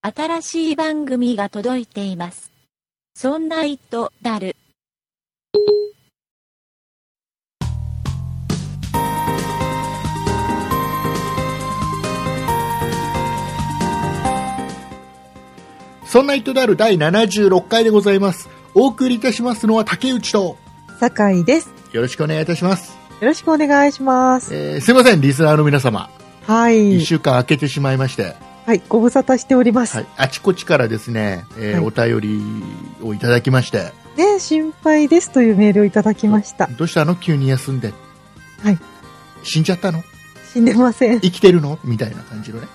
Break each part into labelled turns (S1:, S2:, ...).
S1: 新しい番組が届いています。そんな糸だる。
S2: そんな糸である第76回でございます。お送りいたしますのは竹内と、
S3: 酒井です。
S2: よろしくお願いいたします。
S3: よろしくお願いします。
S2: えーすいません、リスナーの皆様。
S3: は
S2: 1
S3: い。
S2: 週間空けてしまいまして、
S3: はい、ご無沙汰しております。
S2: はい、あちこちからですね、えーお便りをいただきまして、
S3: ね、心配ですというメールをいただきました。
S2: どうしたの急に休んで。
S3: はい。
S2: 死んじゃったの
S3: 死んでません。
S2: 生きてるのみたいな感じのね。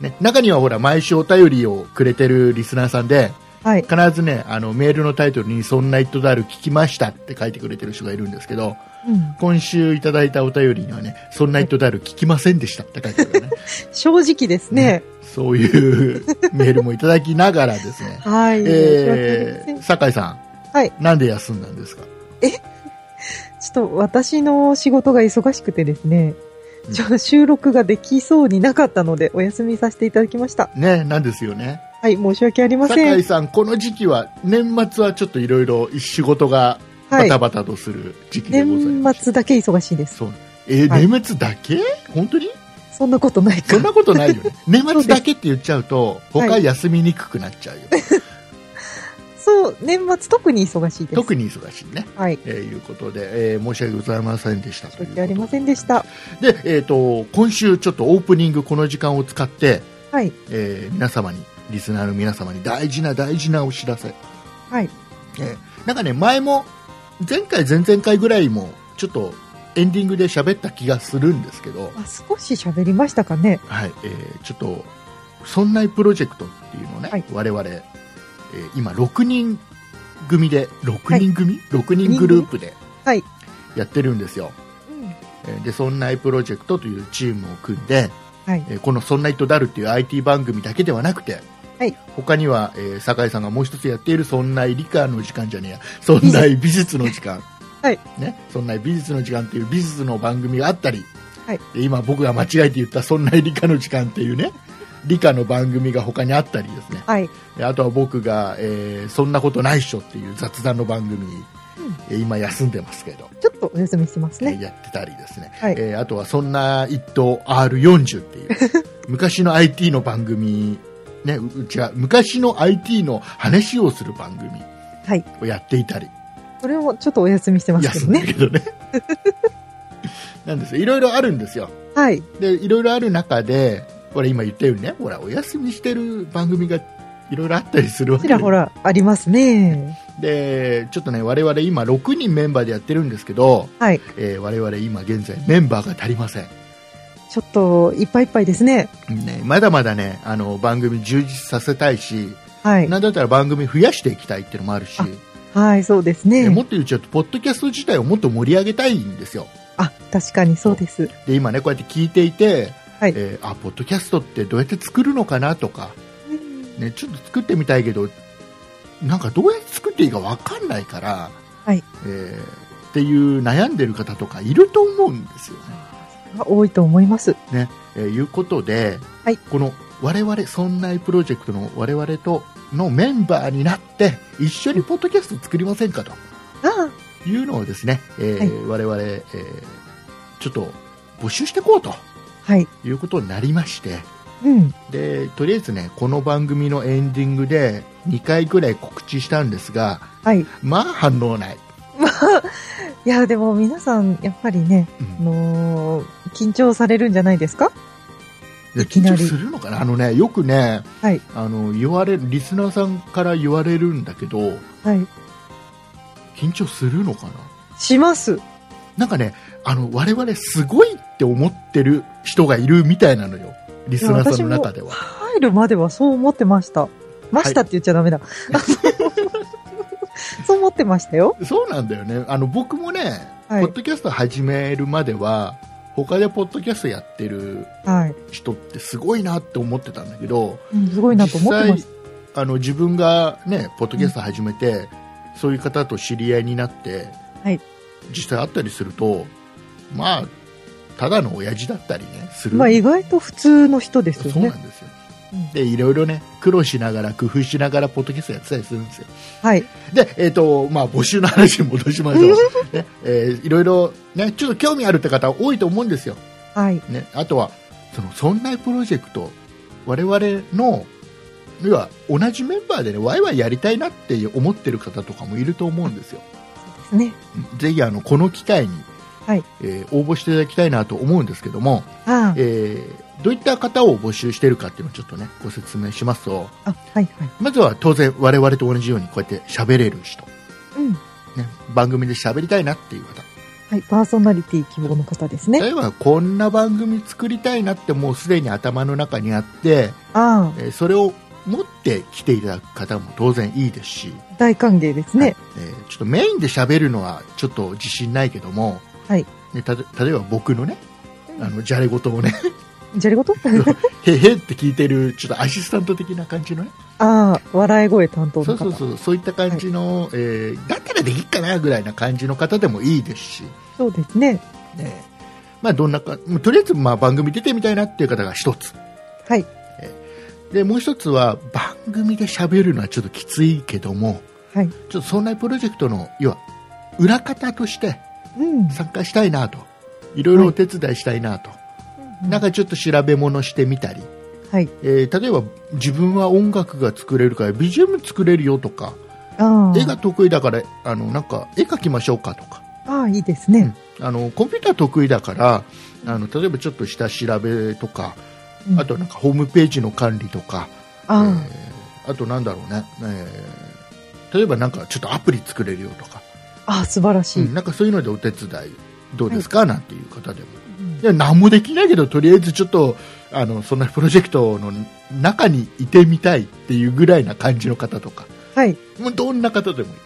S2: ね、中にはほら、毎週お便りをくれてるリスナーさんで、
S3: はい。
S2: 必ずね、あの、メールのタイトルに、そんな糸である聞きましたって書いてくれてる人がいるんですけど、
S3: うん、
S2: 今週いただいたお便りにはね、そんな糸である聞きませんでしたって書いてあ るよね。
S3: 正直ですね。
S2: そういうメールもいただきながらですね。
S3: はい。申し訳あり
S2: え
S3: ません
S2: ー、酒井さ
S3: はい。
S2: ん、なんで休んだんですか
S3: ちょっと私の仕事が忙しくてですね
S2: う。ん
S3: ちょ収録ができそうになかったので、お休みさせていただきました。
S2: ね、なんですよね。
S3: はい、申し訳ありませ
S2: 酒井
S3: ん。
S2: さん、この時期は、年末はちょっといろいろ仕事が
S3: は
S2: バ
S3: い
S2: タ。バタとする時期でございま
S3: 年
S2: す。
S3: 末だけ忙しいです。
S2: そう。えー
S3: はい
S2: 年末だけ本当に
S3: そんなことない
S2: そ
S3: か
S2: ん。なことないよ ね。年末だけって言っちゃうと、
S3: はい
S2: 他休みにくくなっちゃうよ。
S3: そう、年末特に忙しいです。
S2: 特に忙しいね。
S3: はい。
S2: えーいうことで、えー申し訳ございませんでしたと
S3: 申
S2: いうこと
S3: し訳
S2: で。
S3: ありませんでした。
S2: で、えっ、と、今週ちょっとオープニングこの時間を使って、
S3: はい。
S2: えー皆様に、リスナーの皆様に大事な大事なお知らせ。
S3: はい。
S2: えーなんかね、前も、前回、前々回ぐらいも、ちょっとエンディングで喋った気がするんですけど、
S3: あ少し喋りましたかね。
S2: はい、えーちょっと、そんなプロジェクトっていうのをね、
S3: はい
S2: 我々、えー今6人組で、6人組、?6 人グループで
S3: はい。
S2: やってるんですよ。
S3: うん。
S2: えーで、そんなプロジェクトというチームを組んで、
S3: はい。
S2: えーこの「そんな糸だる」っていう IT 番組だけではなくて、
S3: はい
S2: 他には、えー酒井さんがもう一つやっている「そんな理科の時間」じゃねえや「そんな美術の時間」
S3: はい
S2: ね「そんな美術の時間」っていう美術の番組があったり、
S3: はい
S2: で今僕が間違えて言った「そんな理科の時間」っていうね理科の番組が他にあったりですね
S3: はい。
S2: であとは僕が、えーそんなことないっしょ」っていう雑談の番組、えー今休んでますけど、
S3: ちょっとお休みしてます
S2: え
S3: ね。
S2: ーやってたりですね、
S3: はい
S2: えーあとは「そんな一等 R40」って いう昔の IT の番組、ね、ううちは昔の IT の話をする番組
S3: はい。
S2: をやっていたり
S3: これもちょっとお休みしてますけ
S2: 休
S3: ど
S2: んだ
S3: ね。
S2: けどね なんですよいろいろあるんですよ
S3: はい。
S2: でいろいろある中でこれ今言ったようにねほらお休みしてる番組がいろいろあったりするわけ
S3: ち
S2: で
S3: らほらありますね。
S2: でちょっとね我々今6人メンバーでやってるんですけど、
S3: はい。
S2: えー我々今現在メンバーが足りません
S3: ちょっといっぱいいっぱいですね。
S2: ね、まだまだねあの番組充実させたいし、
S3: はい。
S2: なんだったら番組増やしていきたいっていうのもあるし、
S3: あはい、そうです
S2: で
S3: ね。
S2: もっと言っちゃうとポッドキャスト自体をもっと盛り上げたいんですよ
S3: あ、確かにそうです。
S2: で今ねこうやって聞いていて、
S3: はい
S2: えーあポッドキャストってどうやって作るのかなとか、ね、ちょっと作ってみたいけどなんかどうやって作っていいか分かんないから、
S3: はい
S2: えーっていう悩んでる方とかいると思うんですよね。
S3: 多いと思います。
S2: えーいうことで、
S3: はい
S2: この我々そんなプロジェクトの我々とのメンバーになって一緒にポッドキャスト作りませんかと
S3: あ
S2: いうのをですね、えー我々、えーちょっと募集していこうと
S3: はい。
S2: いうことになりまして
S3: うん。
S2: でとりあえずねこの番組のエンディングで2回ぐらい告知したんですが
S3: はい。
S2: まあ反応ない、
S3: いや、でも皆さん、やっぱりね、
S2: うん
S3: あのー緊張されるんじゃないですか
S2: で
S3: いきなり
S2: 緊張するのかなあのねよくね
S3: はい。
S2: あの言われるリスナーさんから言われるんだけど
S3: はい。
S2: 緊張するのかな
S3: します。
S2: なんかね、あの、我々すごいって思ってる人がいるみたいなのよ。リスナーさんの中では。
S3: 入るまではそう思ってました。ましたって言っちゃダメだ。 そう思ってましたよ。
S2: そうなんだよね。あの、僕もね、
S3: はい
S2: ポッドキャスト始めるまでは、他でポッドキャストやってる
S3: はい。
S2: 人ってすごいなって思ってたんだけど、
S3: うんすごいなと思ってまし
S2: あの、自分がね、ポッドキャスト始めて、そういう方と知り合いになって、
S3: はい
S2: 実際会ったりすると、まあ、ただの親父だったりね、す
S3: た。
S2: る。
S3: まあ意外と普通の人ですよ
S2: そうな
S3: ね。
S2: んですよ。
S3: うん
S2: でいろいろね苦労しながら工夫しながらポッドキャストやってたりするんですよ
S3: はい。
S2: で、えっとまあ、募集の話に戻しましょう、 ねえーいろいろ、ね、ちょっと興味あるって方多いと思うんですよ、
S3: はい。
S2: ね、あとはそのそんなプロジェクト我々の要は同じメンバーでねワイワイやりたいなって思ってる方とかもいると思うんですよ
S3: ですね。
S2: ぜひあのこの機会に、
S3: はい
S2: えー応募していただきたいなと思うんですけども、
S3: あ
S2: えーどういった方を募集してるかっていうのをちょっとねご説明しますと
S3: あ。あ、はいはい。
S2: まずは当然我々と同じようにこうやって喋れる人、
S3: うん。
S2: ね、番組で喋りたいなっていう方
S3: はい。パーソナリティ希望の方ですね。
S2: 例えばこんな番組作りたいなってもうすでに頭の中にあって、
S3: あ
S2: えーそれを持って来ていただく方も当然いいですし、
S3: あ、大歓迎です
S2: はい
S3: ね。
S2: えーちょっとメインで喋るのはちょっと自信ないけども、
S3: はい
S2: ね、たと例えば僕のね
S3: うん
S2: あのじゃれ事をね
S3: じゃれ事
S2: へへって聞いてるちょっとアシスタント的な感じのね
S3: ああ、笑い声担当の
S2: そ
S3: 方。
S2: うそうそうそういった感じの、えーだったらできっかなぐらいな感じの方でもいいですし、
S3: そうですね。
S2: ねまあ、どんなかもうとりあえずまあ番組出てみたいなっていう方が一つ
S3: はい。
S2: でもう一つは番組で喋るのはちょっときついけども、
S3: はい。
S2: ちょっとそんなプロジェクトの要は裏方として
S3: うん。
S2: 参加したいなといろいろお手伝いしたいなと、なんかちょっと調べ物してみたり、
S3: はい。
S2: えー例えば自分は音楽が作れるから BGM 作れるよとか
S3: ああ。
S2: 絵が得意だからあのなんか絵描きましょうかとか、
S3: ああ、いいですね。
S2: あのコンピューター得意だからあの例えばちょっとした調べとか
S3: うん
S2: あとなんかホームページの管理とか、
S3: あ
S2: えーあとなんだろうね、えー例えばなんかちょっとアプリ作れるよとか
S3: あ、ああ、素晴らしい。
S2: うんなんかそういうのでお手伝いどうですか、なんていう方でも
S3: うん
S2: いや何もできないけどとりあえずちょっとあのそんなプロジェクトの中にいてみたいっていうぐらいな感じの方とか
S3: はい。
S2: もうどんな方でもいいで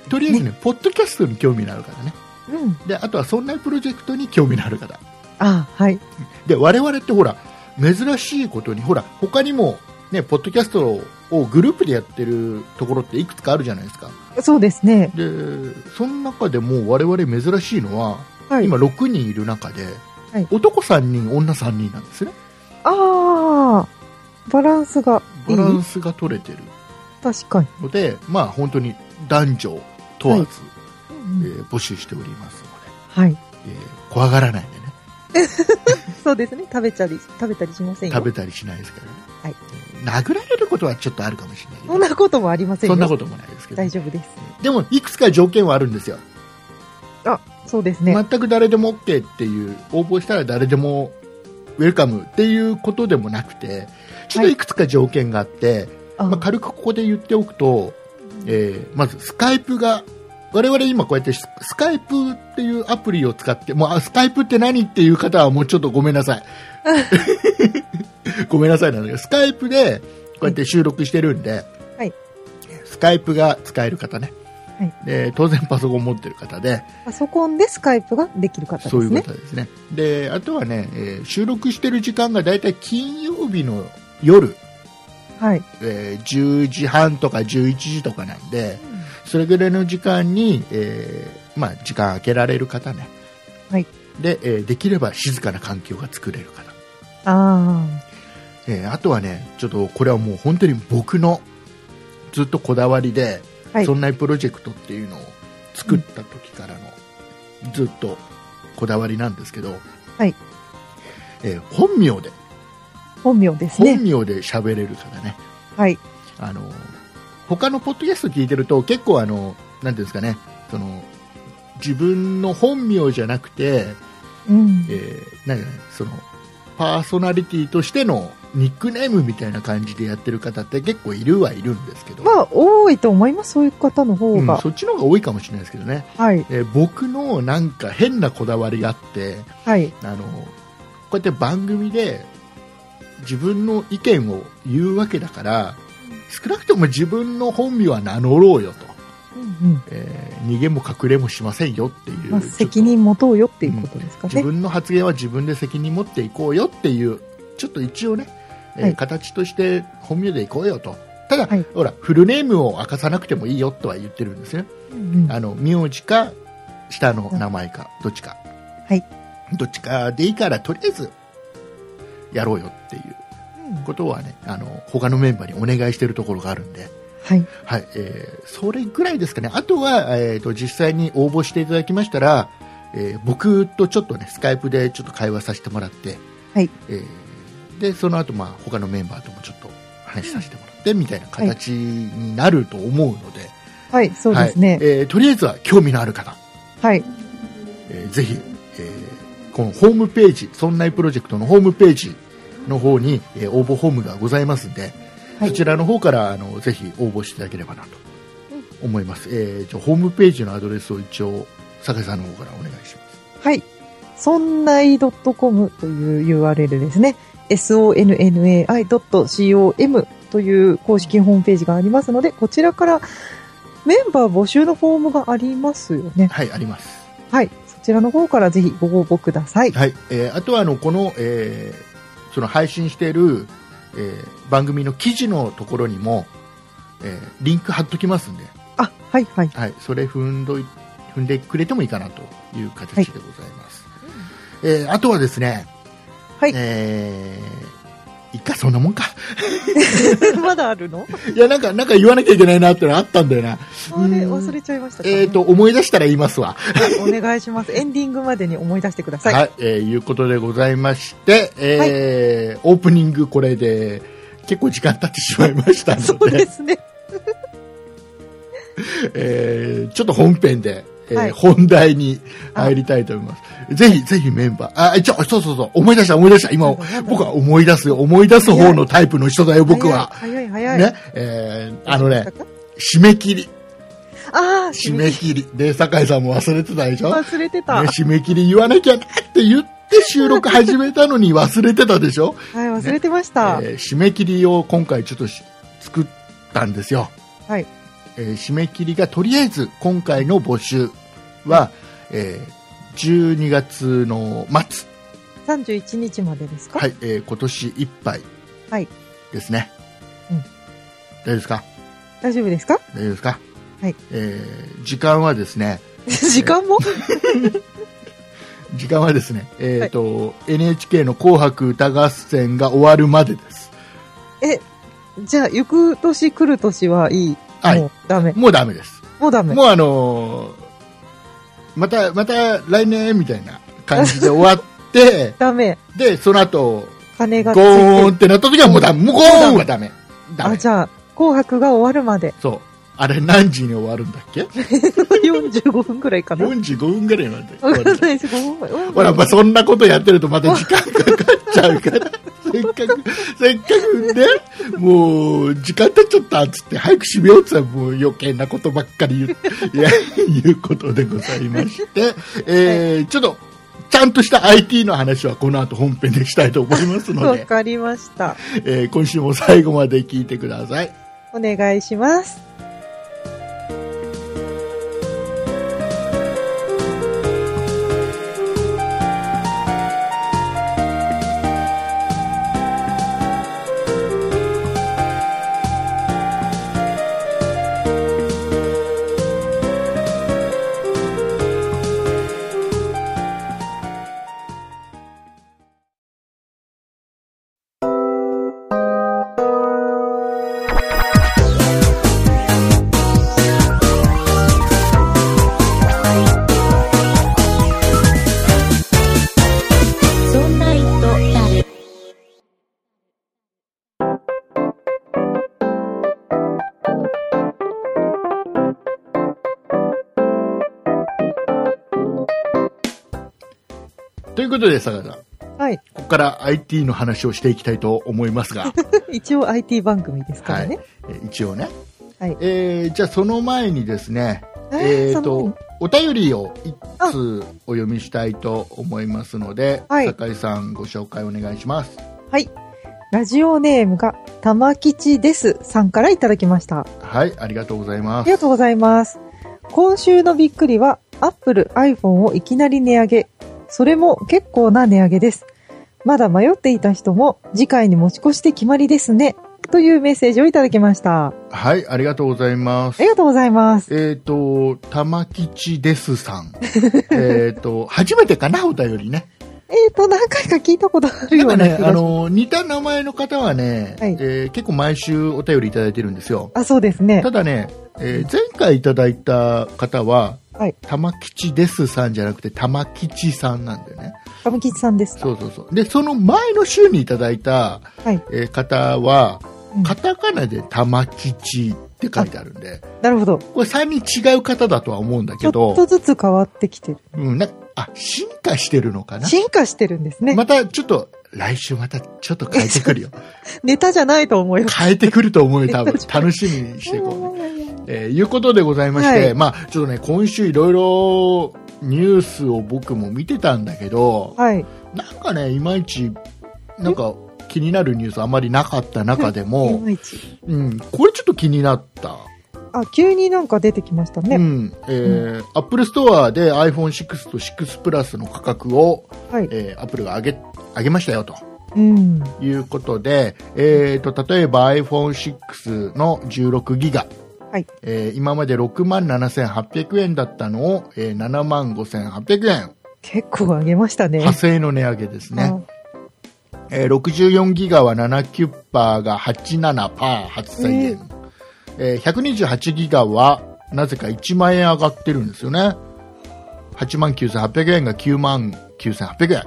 S2: すとりあえずねポッドキャストに興味のある方ね
S3: うん。
S2: であとはそんなプロジェクトに興味のある方
S3: ああ、はい。
S2: で我々ってほら珍しいことにほら他にもねポッドキャストをグループでやってるところっていくつかあるじゃないですか
S3: そうですね。
S2: でその中でも我々珍しいのは
S3: はい。
S2: 今6人いる中で、
S3: はい
S2: 男3人女3人なんですね
S3: ああ、バランスがい
S2: バ
S3: い。
S2: ランスが取れてる
S3: 確かに。
S2: ので、まあ本当に男女問わず、
S3: うん
S2: え
S3: うん
S2: ー募集しておりますの
S3: はい。
S2: で、えー怖がらないでね
S3: そうですね。食べたり、食べたりしませんよ。
S2: 食べたりしないですからね、
S3: はい
S2: えー殴られることはちょっとあるかもしれないけど
S3: そんなこともありませんよ。
S2: そんなこともないですけど
S3: 大丈夫です。
S2: でもいくつか条件はあるんですよ、
S3: そうですね。
S2: 全く誰でも OK っていう応募したら誰でもウェルカムっていうことでもなくてちょっといくつか条件があって、
S3: あ
S2: まあ、軽くここで言っておくと、えーまずスカイプが我々今こうやってススカイプっていうアプリを使ってもうあスカイプって何っていう方はもうちょっとごめんな さいごめんなさいなんだけどスカイプでこうやって収録してるんで、
S3: はい
S2: スカイプが使える方ね、
S3: はい
S2: で当然パソコン持ってる方で
S3: パソコンでスカイプができる方ですね。
S2: そういう方ですねであとはね、えー収録してる時間がだいたい金曜日の夜、
S3: はい。
S2: えー10時半とか11時とかなんで、それぐらいの時間に、えーまあ、時間空けられる方ね、
S3: はい
S2: でえーできれば静かな環境が作れる方、
S3: あ
S2: えーあとはねちょっとこれはもう本当に僕のずっとこだわりで、
S3: あ。はい
S2: そ。んなプロジェクトっていうのを作った時からの、ずっとこだわりなんですけど、
S3: はい
S2: えー本名で
S3: 本名です
S2: 本
S3: ね。
S2: 名で喋れる方ね
S3: はい。
S2: あの他のポッドキャスト聞いてると結構あのなんていうんですかねその自分の本名じゃなくて、
S3: うん
S2: え。ーなんかねそのパーソナリティとしてのニックネームみたいな感じでやってる方って結構いるはいるんですけど、
S3: まあ、多いと思います。そういう方の方
S2: うん
S3: が。
S2: そっちの方が多いかもしれないですけどね、
S3: はい。
S2: えー僕のなんか変なこだわりがあって
S3: はい。
S2: あのこうやって番組で自分の意見を言うわけだから少なくとも自分の本名は名乗ろうよと。
S3: うん
S2: えー逃げも隠れもしませんよってい
S3: うん。
S2: う、
S3: まあ、
S2: ちょっと
S3: 責任持とうよっていうことですか
S2: 自
S3: ね。
S2: 分の発言は自分で責任持っていこうよっていうちょっと一応ね、えー
S3: はい
S2: 形として本名でいこうよとただ、
S3: はい
S2: ほらフルネームを明かさなくてもいいよとは言ってるんですよ
S3: うんうん
S2: あの名字か下の名前かどっちか、
S3: はい
S2: どっちかでいいからとりあえずやろうよっていうことはね、あの、他のメンバーにお願いしてるところがあるんで、
S3: はい。
S2: はい、えーそれぐらいですかね。あとは、えっ、と、実際に応募していただきましたら、えー僕とちょっとね、スカイプでちょっと会話させてもらって、
S3: はい。
S2: えーで、その後、まあ、他のメンバーともちょっと話させてもらって、みたいな形になると思うので、
S3: はい、そうですね
S2: は。いえーとりあえずは興味のある方、
S3: はい。
S2: えーぜひ、えーこのホームページ、そんないプロジェクトのホームページの方に、えー応募フォームがございますんで、
S3: はい
S2: そちらの方からあのぜひ応募していただければなと思います。えーじゃあホームページのアドレスを一応、酒井さんの方からお願いします。
S3: はい。そんない .com という URL ですね。sonnai.com という公式ホームページがありますので、こちらからメンバー募集のフォームがありますよね。
S2: はい、あります。
S3: はい。そちらの方からぜひご応募ください。
S2: はい、えーあとはあのこの、えーその配信している、えー番組の記事のところにも、えーリンク貼っときますんで、
S3: あ、はいはい。
S2: はい、それ踏んどい踏んでくれてもいいかなという形でございます。えーあとはですね、
S3: はい
S2: えーいっか、そんなもんか。
S3: まだあるの
S2: いや、なんか、なんか言わなきゃいけないなってのあったんだよな。
S3: あれ、忘れちゃいましたか、
S2: えっ、と、思い出したら言いますわ。
S3: はい。お願いします。エンディングまでに思い出してください。
S2: はい、えーいうことでございまして、えーオープニングこれで結構時間経ってしまいました
S3: そ
S2: の
S3: う
S2: で、
S3: ですね。
S2: えーちょっと本編で、えー
S3: はい
S2: 本題に入りたいと思います。ぜひ、ぜひメンバー、あ、ちょ、そうそうそう、思い出した、思い出した。今、僕は思い出すよ、思い出す方のタイプの人だよ、僕は。
S3: 早い早い早い。
S2: ね、えーあのね、締め切り、
S3: ああ、
S2: 締め切り。で、酒井さんも忘れてたでしょ、ね、
S3: 忘れてた。はい、
S2: 締め切り言わなきゃなって言って収録始めたのに忘れてたでしょ
S3: 忘れてました。
S2: えー締め切りを今回ちょっとし作ったんですよ、
S3: はい
S2: えー締め切りがとりあえず今回の募集は、えー12月の末、
S3: 31日までですか
S2: はいえー今年いっぱい
S3: はい
S2: ですね、
S3: う
S2: 大
S3: ん
S2: 丈夫ですか
S3: 大丈夫ですか
S2: 大丈夫ですか、
S3: はい
S2: えー時間はですね
S3: 時間も
S2: 時間はですね、えーと NHK の「紅白歌合戦」が終わるまでです
S3: じゃあ、行く年来る年はいい。
S2: はい
S3: もうダメ。
S2: もうダメです
S3: もうダメ。
S2: もうあのーまた、また来年みたいな感じで終わ って、
S3: ダメ。
S2: で、その後、
S3: 金
S2: ゴ
S3: がついて
S2: ーンっ
S3: る。
S2: てなった時はもうダメ。もうゴーンはダメ。ダ
S3: あ、
S2: メ
S3: じ。ゃあ、紅白が終わるまで
S2: そう。あれ何時に終わるんだっけ
S3: 45分くらいかな。わ
S2: ?45 分ぐらいなんだよ。
S3: かんないです。5分前うん
S2: ほら、まあ、そんなことやってるとまた時間かかっちゃうから、せっかく、せっかくね、もう、時間経っちゃったっつって、早く締めようっつったら、もう余計なことばっかり言う、いや、いうことでございまして、えー、ちょっと、ちゃんとした IT の話はこの後本編でしたいと思いますの
S3: わ
S2: で、
S3: かりました。
S2: えー今週も最後まで聞いてください。
S3: お願いします。
S1: そんな糸だる。
S2: ということで、坂井さん、こ
S3: はい。
S2: こから IT の話をしていきたいと思いますが、
S3: 一応 IT 番組ですからね。
S2: えー一応ね、
S3: はい
S2: えーじゃあその前にですね、
S3: えー
S2: えー、
S3: その
S2: とお便りを一通お読みしたいと思いますので、
S3: はい
S2: 酒井さんご紹介お願いします
S3: はい。ラジオネームが玉吉ですさんからいただきました。
S2: はいありがとうございま
S3: あ
S2: す
S3: りがとうございます。今週のびっくりは、Apple iPhone をいきなり値上げ。それも結構な値上げです。まだ迷っていた人も、次回に持ち越して決まりですね。というメッセージをいただきました。あ
S2: はいありがとうございます
S3: りがとうございます。
S2: えっ、 と玉吉ですさんえっと初めてかなお便りね
S3: えっ、と、何回か聞いたことあるよ
S2: な
S3: うん
S2: か
S3: な
S2: ね、
S3: 気がし
S2: あ
S3: ます。
S2: の、似た名前の方はね、
S3: はい
S2: えー結構毎週お便りいただいてるんですよ。
S3: あ、そうですね
S2: た。だね、えー前回いただいた方は、
S3: はい。
S2: 玉吉ですさんじゃなくて玉吉さんなんだよね。
S3: 上吉さんですか
S2: そうそうそう。で、その前の週にいただいた、
S3: はい
S2: えー方は
S3: うん、
S2: カタカナで玉吉って書いてあるんで、
S3: なるほど。
S2: これ3人違う方だとは思うんだ
S3: ちょ
S2: け
S3: っ
S2: ど、
S3: とずつ変わってきてる。
S2: うん、なんか、あ、進化してるのかな
S3: 進化してるんですね。
S2: またちょっと、来週またちょっと変えて くるよ。
S3: ネタじゃないと思います。
S2: 変えてくると思うよ、多分。楽しみにしていこうね。えーいうことでございまして、
S3: はい
S2: まあ、ちょっとね、今週いろいろニュースを僕も見てたんだけど、
S3: はい。
S2: なんかね、いまいち、なんか気になるニュースあまりなかった中で
S3: い
S2: も、
S3: まいち。
S2: うん、これちょっと気になった。
S3: あ、急になんか出てきました
S2: う
S3: ね。
S2: ん、えー、Apple Store で iPhone6 と6 Plus の価格を、
S3: はい。
S2: えー、Apple が上げ、上げましたよと。
S3: うん。
S2: いうことで、えー、と例えば iPhone6 の16ギガ、
S3: はい
S2: えー今まで6万7800円だったのを、えー、7万5800円、
S3: 結構上げましたね。
S2: 8000円の値上げです
S3: あ
S2: ね、えー、64ギガは79%が87%8000 円、えー128ギガはなぜか1万円上がってるんですよね8万9800円が9万9800円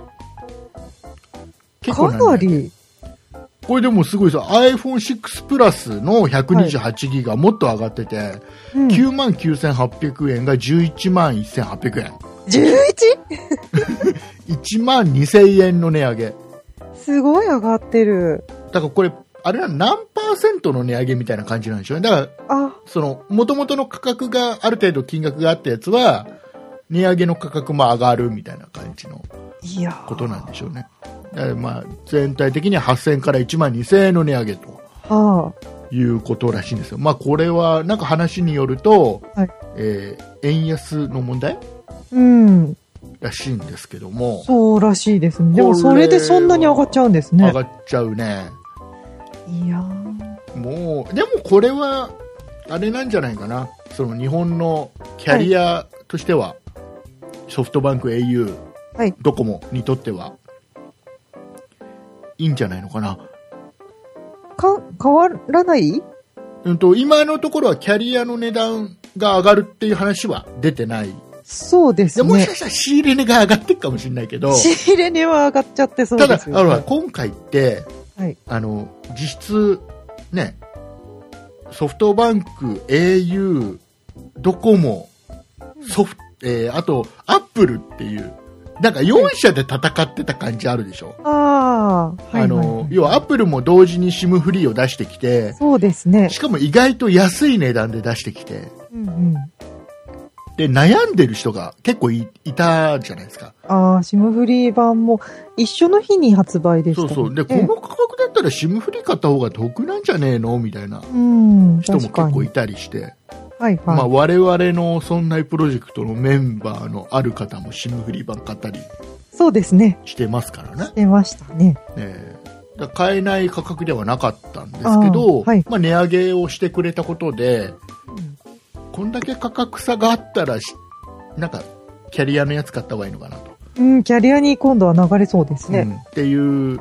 S2: 結構
S3: か
S2: ね
S3: なり、
S2: これでもすごいさ iPhone6 プラスの128ギガもっと上がってて、
S3: うん、11?
S2: 9万9800円が11万1800円1万2000円の値上げ
S3: すごい上がってる。
S2: だからこれあれは何パーセントの値上げみたいな感じなんでしょうねだから
S3: あ、
S2: その元々の価格がある程度金額があったやつは値上げの価格も上がるみたいな感じの
S3: いやー。
S2: ことなんでしょうねだからまあ全体的に8000円から1万2000円の値上げと
S3: は
S2: いうことらしいんですよ。まあ、これは、なんか話によると、
S3: はい
S2: えー円安の問題
S3: あ。うん。
S2: らしいんですけども、
S3: そうらしいですね。でもそれでそんなに上がっちゃうんですね
S2: 上。がっちゃうね。
S3: いやー。
S2: もう、でもこれは、あれなんじゃないかな。その日本のキャリアとしては、ソフトバンク、au、
S3: はい
S2: ドコモにとっては、いいんじゃないのかな。
S3: か、変わらない
S2: うんと、今のところはキャリアの値段が上がるっていう話は出てない。
S3: そうです
S2: でもし
S3: ね
S2: か。したら仕入れ値が上がっていくかもしれないけど、
S3: 仕入れ値は上がっちゃってそう
S2: た
S3: で
S2: だ
S3: す
S2: あ
S3: よ、
S2: の、
S3: ね。
S2: 今回って
S3: はい。
S2: あの実質、ね、ソフトバンク、au、ドコモソフ、えーあとアップルっていうなんか4社で戦ってた感じあるでしょ、
S3: ああ、はい、はい。
S2: あの要はアップルも同時に SIM フリーを出してきて
S3: そうですね。
S2: しかも意外と安い値段で出してきて
S3: うんうん。
S2: で悩んでる人が結構いいたじゃないですか。
S3: ああ、シムフリー版も一緒の日に発売でした
S2: そ
S3: も
S2: うん
S3: ね、
S2: そうでこの価格だったら SIM フリー買った方が得なんじゃねえのみたいな
S3: うん、
S2: 人も結
S3: 確か
S2: 構い
S3: に。
S2: たりして。
S3: はいはい。
S2: まあ、我々のそんなプロジェクトのメンバーのある方もシムフリ版買ったり
S3: そうですね。
S2: してますからね。
S3: 出ましたね。
S2: えーだから買えない価格ではなかったんですけど、
S3: あーはい
S2: まあ、値上げをしてくれたことで、こんだけ価格差があったらし、なんか、キャリアのやつ買った方がいいのかなと。
S3: うん、キャリアに今度は流れそうです
S2: う
S3: ね。
S2: んっていう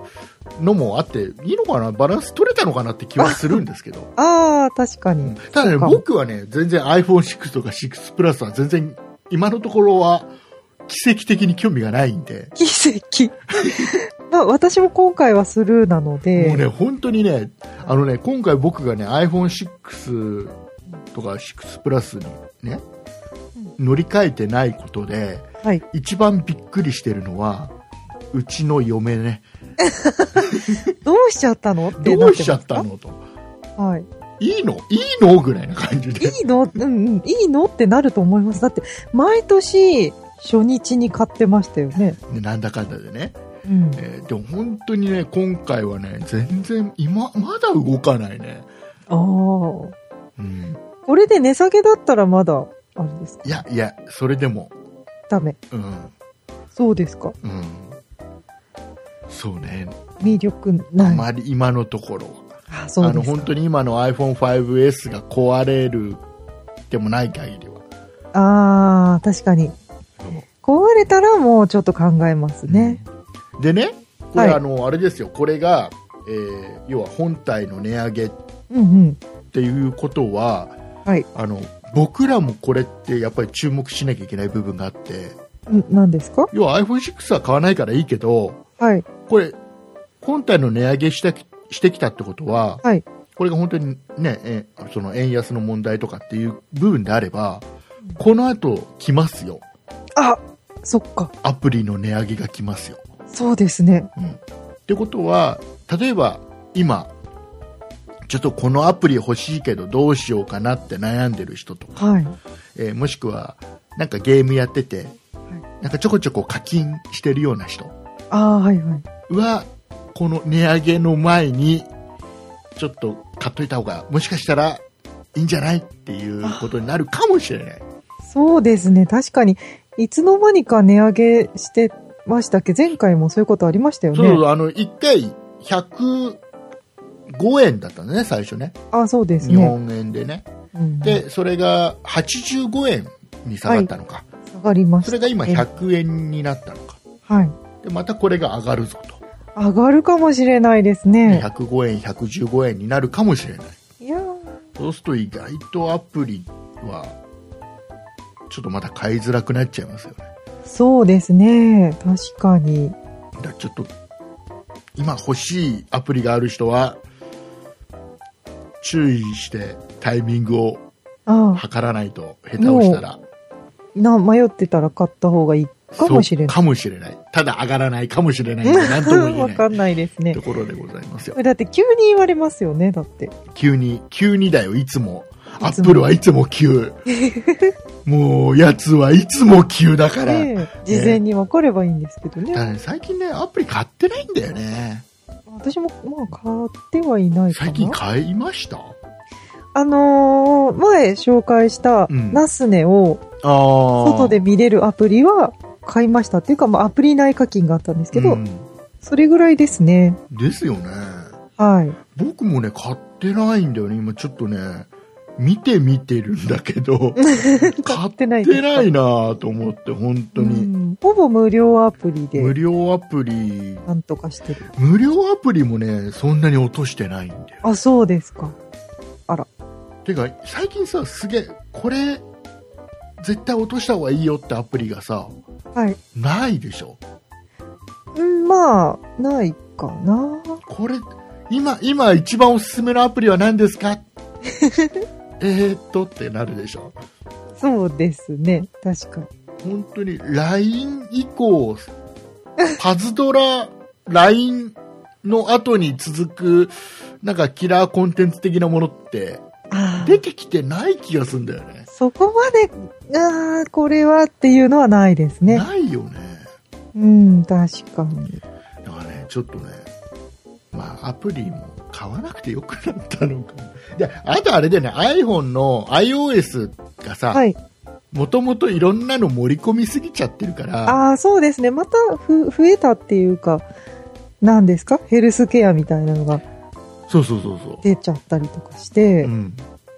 S2: のもあって、いいのかなバランス取れたのかなって気はするんですけど。
S3: ああ、確かに。
S2: ただね、
S3: そうか
S2: 僕はね、全然 iPhone6 とか6プラスは全然今のところは奇跡的に興味がないんで、
S3: 奇跡。 まあ、私も今回はスルーなので。
S2: もうね、本当にね、あのね、今回僕がね、iPhone6 とか6プラスにね、乗り換えてないことで、
S3: はい。
S2: 一番びっくりしてるのは、うちの嫁ね、
S3: どうしちゃったのって
S2: ど
S3: な
S2: う
S3: ってますか
S2: しちゃったのと。
S3: はい。
S2: いいのいいのぐらいな感じで。
S3: いいのうんうん。いいのってなると思います。だって、毎年、初日に買ってましたよね。
S2: でなんだかんだでね。
S3: うん。
S2: えーでも本当にね、今回はね、全然、今、まだ動かないね。
S3: ああ。
S2: うん、
S3: これで値下げだったらまだ、あれですか
S2: いやいやそれでも
S3: ダメ。
S2: うん
S3: そうですか。
S2: うんそうね、
S3: 魅力
S2: あ
S3: ない。
S2: まり今のところは
S3: あ、そう
S2: あの
S3: です
S2: 本
S3: か。
S2: 当に今の iPhone5S が壊れるでもない限りは
S3: ああ、確かに。
S2: そう
S3: 壊れたらもうちょっと考えますね。
S2: うんでね、これ、
S3: はい
S2: あの、あれですよ、これが、えー要は本体の値上げっ
S3: うんうん。
S2: ていうことは、
S3: はい
S2: あの、僕らもこれってやっぱり注目しなきゃいけない部分があって、
S3: ん何ですか
S2: 要は iPhone6 は買わないからいいけど、
S3: はい。
S2: これ、本体の値上げしたきしてきたってことは、
S3: はい
S2: これが本当にね、えその円安の問題とかっていう部分であれば、この後来ますよ。
S3: あそっか。
S2: アプリの値上げが来ますよ。
S3: そうですね。
S2: ってことは例えば今ちょっとこのアプリ欲しいけどどうしようかなって悩んでる人とか、
S3: はい。
S2: えーもしくはなんかゲームやってて、なんかちょこちょこ課金してるような人
S3: ああ、はいはい。
S2: はこの値上げの前にちょっと買っといた方がもしかしたらいいんじゃないっていうことになるかもしれない。
S3: そうですね。確かに、いつの間にか値上げしてましたっけ前回もそういうことありましたよね。
S2: そうそうあの1回105円だったんだね最初ね
S3: あそうです
S2: 日
S3: ね。
S2: 本円でね。
S3: うん、
S2: でそれが85円に下がったのか、
S3: 下がりま
S2: そ
S3: した。
S2: れが今100円になったのか
S3: はい。
S2: でまたこれが上がるぞと、
S3: 上がるかもしれないですね。
S2: 105円115円になるかもしれない
S3: いやー
S2: そうすると意外とアプリはちょっとまた買いづらくなっちゃいますよね
S3: そうですね。確かに。
S2: だからちょっと今欲しいアプリがある人は注意してタイミングを
S3: ああ、
S2: 測らないと下手をしたら
S3: な、迷ってたら買った方がいいかもしれない。
S2: そうかもしれないただ上がらないかもしれないんで何とも言え
S3: わ
S2: ない
S3: かんないですね
S2: と。ころでございますよ
S3: だって急に言われますよね、だって。
S2: 急に急にだよいつもア
S3: いつも
S2: ップルはいつも急 もうやつはいつも急だから、
S3: ねえ事前に分かればいいんですけどね。
S2: だからね最近ねアプリ買ってないんだよね
S3: 私も、まあ、買ってはいないか
S2: 最近
S3: な。
S2: 買いました
S3: あのー前紹介した
S2: うん
S3: ナスネを
S2: ああ
S3: 外で見れるアプリは買いました。っていうか、まあ、アプリ内課金があったんですけど、
S2: うん
S3: それぐらいですね。
S2: ですよね
S3: はい。
S2: 僕もね買ってないんだよね今ちょっとね見て見てるんだけど買
S3: 買
S2: っ
S3: ってて
S2: な
S3: ないいですか
S2: なぁと思って本当
S3: う
S2: に、
S3: んほぼ無料アプリ
S2: 無
S3: で、
S2: 料アプリ
S3: なんとかしてる。
S2: 無料アプリもねそんなに落としてないんだよ
S3: あ、そうですか。
S2: てか最近さすげえこれ絶対落とした方がいいよってアプリがさ
S3: はい。
S2: ないでしょ
S3: うん、まあ、ないかな。
S2: これ今今一番おすすめのアプリは何です かえーっとってなるでしょ
S3: そうですね。確かに。
S2: 本当に LINE 以降パズドラ LINE の後に続くなんかキラーコンテンツ的なものって
S3: あ
S2: 出てきてない気がするんだよね
S3: そこまで、ああ、これはっていうのはないですね。
S2: ないよね
S3: うん、確かに。
S2: だからね、ちょっとね、まあ、アプリも買わなくてよくなったのかな。で、あとあれだよね、iPhone の iOS がさ、
S3: はい。
S2: もともといろんなの盛り込みすぎちゃってるから、
S3: ああ、そうですね。またふ増えたっていうか、何ですかヘルスケアみたいなのが
S2: そうそうそうそ
S3: 出ちゃったりとかして、
S2: う。うん。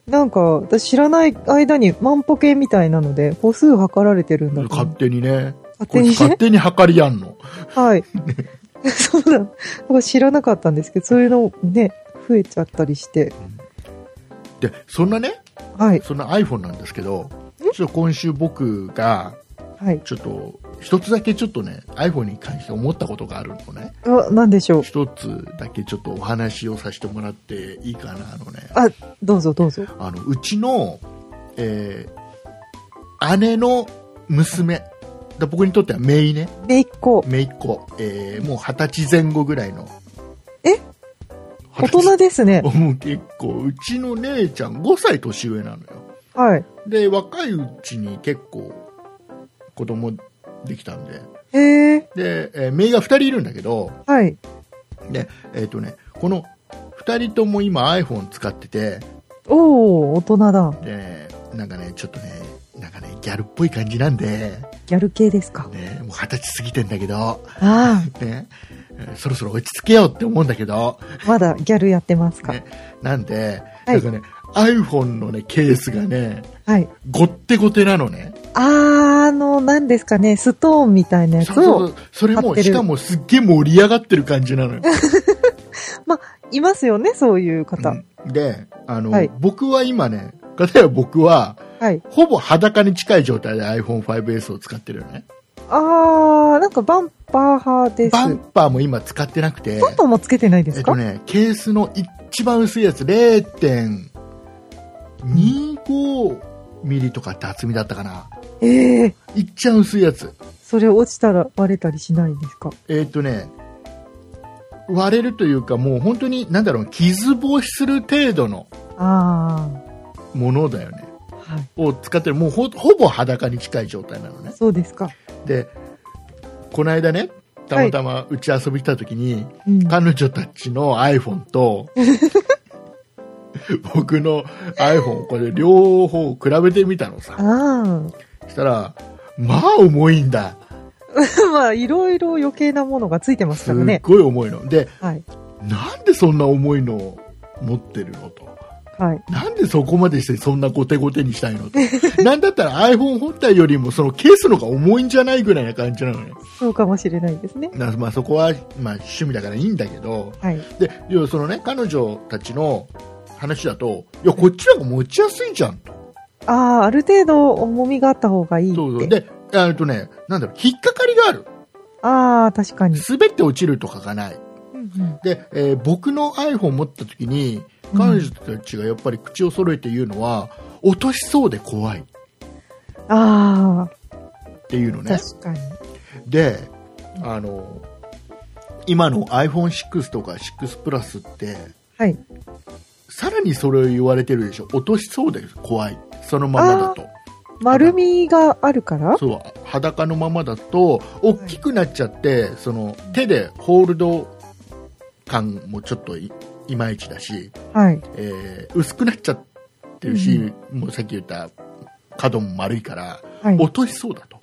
S3: なんか私知らない間に万歩計みたいなので歩数測られてるんだと
S2: 勝
S3: 思う
S2: 手にね、
S3: 勝
S2: こ
S3: 手
S2: い
S3: に
S2: つ勝
S3: ね。
S2: 手に測りやんの。
S3: はい。そうだ。なんか知らなかったんですけど、そういうのね、増えちゃったりして。
S2: で、そんなね、
S3: はい。
S2: そんな iPhone なんですけど、ちょっと今週僕が、
S3: はい。
S2: ちょっと、一つだけちょっとね、iPhone に関して思ったことがあるのね、
S3: うわ、なんでしょう。
S2: 一つだけちょっとお話をさせてもらっていいかな、あのね。
S3: あ、どうぞどうぞ。
S2: あのうちの、えー姉の娘だ僕にとっては姪ね
S3: めいっ子。
S2: 姪っ子、えーもう二十歳前後ぐらいの
S3: え大
S2: 二十
S3: 人
S2: 歳
S3: です ね。
S2: もう結構うちの姉ちゃん5歳年上なのよ
S3: はい。
S2: で若いうちに結構子供できたんで
S3: へえ。
S2: で、えー、姪が2人いるんだけど
S3: はい。
S2: でえっ、とねこの2人とも今 iPhone 使ってて
S3: おー、大人だ。
S2: でねなんかねちょっとねなんかねギャルっぽい感じなんで
S3: ギャル系ですか。
S2: ね、もう二十歳過ぎてんだけど、
S3: あ
S2: ね、えーそろそろ落ち着けようって思うんだけど、
S3: あ、まだギャルやってますか。
S2: ねなんで、
S3: は
S2: な
S3: い
S2: んかね、iPhone のね、ケースがね、
S3: はい。
S2: ごってごてなのね。
S3: あー、あの、何ですかね、ストーンみたいなやつ
S2: そうそう
S3: を、
S2: そうそれ
S3: 貼っ
S2: も
S3: てる
S2: しかもすっげえ盛り上がってる感じなのよ、
S3: いますよね、そういう方。
S2: うんであの、
S3: はい
S2: 僕は今ね例えば僕は
S3: はい。
S2: ほぼ裸に近い状態で iPhone5S を使ってるよね
S3: あー、なんかバンパー派です。
S2: バンパーも今使ってなくて
S3: バンパーもつけてないで
S2: えっ
S3: すか、
S2: とね、ケースの一番薄いやつ0.25ミリとかって厚みだったかな。
S3: ええー、
S2: いっちゃん薄いやつ。
S3: それ落ちたら割れたりしないんですか
S2: えっとね、割れるというかもう本当に、なんだろう、傷防止する程度の
S3: あ
S2: ものだよね。
S3: ー、はい。
S2: を使ってる。もうほほぼ裸に近い状態なのね。
S3: そうですか。
S2: で、この間ね、たまたまうち遊びに来た時に、
S3: うん。
S2: 彼女たちの iPhone と僕の iPhone これ両方比べてみたのさ
S3: あ
S2: そしたらまあ重いんだ
S3: ー。 まあ、いろいろ余計なものがついてます
S2: す
S3: か
S2: っ
S3: らね。
S2: ごい重いので
S3: はい。
S2: なんでそんな重いのを持ってるのと
S3: はい。
S2: なんでそこまでしてそんなゴテゴテにしたいのと なんだったら iPhone 本体よりもそのケースの方が重いんじゃないぐらいな感じなのね
S3: そうかもしれないですね。
S2: なまあ、そこは、まあ、趣味だからいいんだけど
S3: はい。
S2: で要はそのね彼女たちの話だといやこっちの方が持ちやすいじゃんと
S3: ああ、ある程度重みがあった方がいいって。
S2: そうそうでえっとねなんだろう引っかかりがある
S3: ああ、確かに。
S2: 滑って落ちるとかがない
S3: うんうん
S2: で、えー僕の iPhone 持った時に
S3: うん
S2: 彼女たちがやっぱり口を揃えて言うのは、落としそうで怖いっ
S3: あ
S2: ていうの
S3: あ、
S2: ね
S3: 確かに。
S2: であの今の iPhone6 とか6プラスって
S3: はい。
S2: さらにそれを言われてるでしょ落としそうで怖いそのままだと
S3: 丸みがあるから
S2: そう裸のままだと大きくなっちゃって、その手でホールド感もちょっといいまいちだし、
S3: はい。
S2: えー薄くなっちゃってるし、
S3: う
S2: もうさっき言った角も丸いから
S3: はい。
S2: 落としそうだと、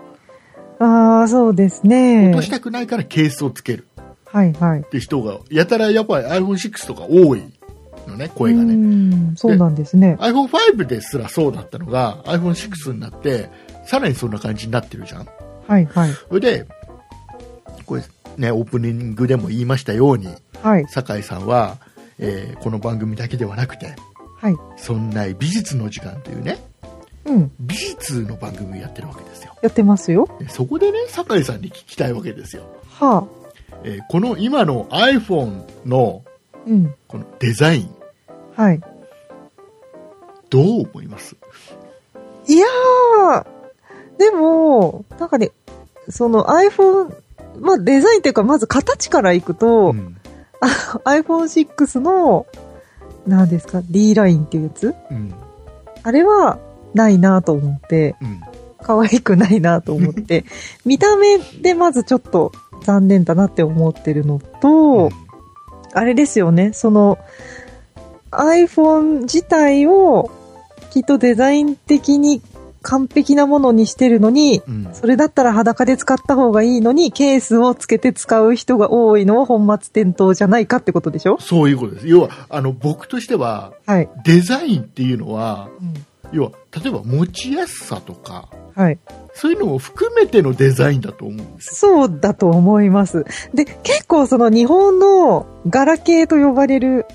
S3: ああ、そうですね。
S2: 落としたくないからケースをつける
S3: はいはい。
S2: って人がやたらやっぱり iPhone6 とか多いのね声がね、
S3: ね。そうなんですね。
S2: iPhone5 ですらそうだったのが iPhone6 になってさらにそんな感じになってるじゃん
S3: はいはい。
S2: それで、これね、オープニングでも言いましたように、
S3: はい。
S2: 酒井さんは、えーこの番組だけではなくて、
S3: はい。
S2: そんな美術の時間というね、
S3: うん。
S2: 美術の番組をやってるわけですよ。
S3: やってますよ。
S2: でそこでね、酒井さんに聞きたいわけですよ。
S3: は
S2: えーこの今の iPhone の
S3: あ。うん。
S2: このデザイン、
S3: はい。
S2: どう思います
S3: いやー、でも、なんかね、その iPhone、まあデザインっていうか、まず形からいくと、
S2: ん。
S3: iPhone6 の、何ですか、D ラインっていうやつ
S2: うん。
S3: あれは、ないなと思って、
S2: うん。
S3: 可愛くないなと思って、見た目でまずちょっと残念だなって思ってるのと、あれですよね、その、iPhone 自体を、きっとデザイン的に完璧なものにしてるのに、
S2: うん。
S3: それだったら裸で使った方がいいのに、ケースをつけて使う人が多いのは本末転倒じゃないかってことでしょ
S2: そういうことです。要は、あの、僕としては、
S3: はい。
S2: デザインっていうのは、
S3: うん
S2: 要は、例えば持ちやすさとか、
S3: はい。
S2: そういうのも含めてのデザインだと思うんです
S3: そうだと思います。で、結構その日本のガラケーと呼ばれる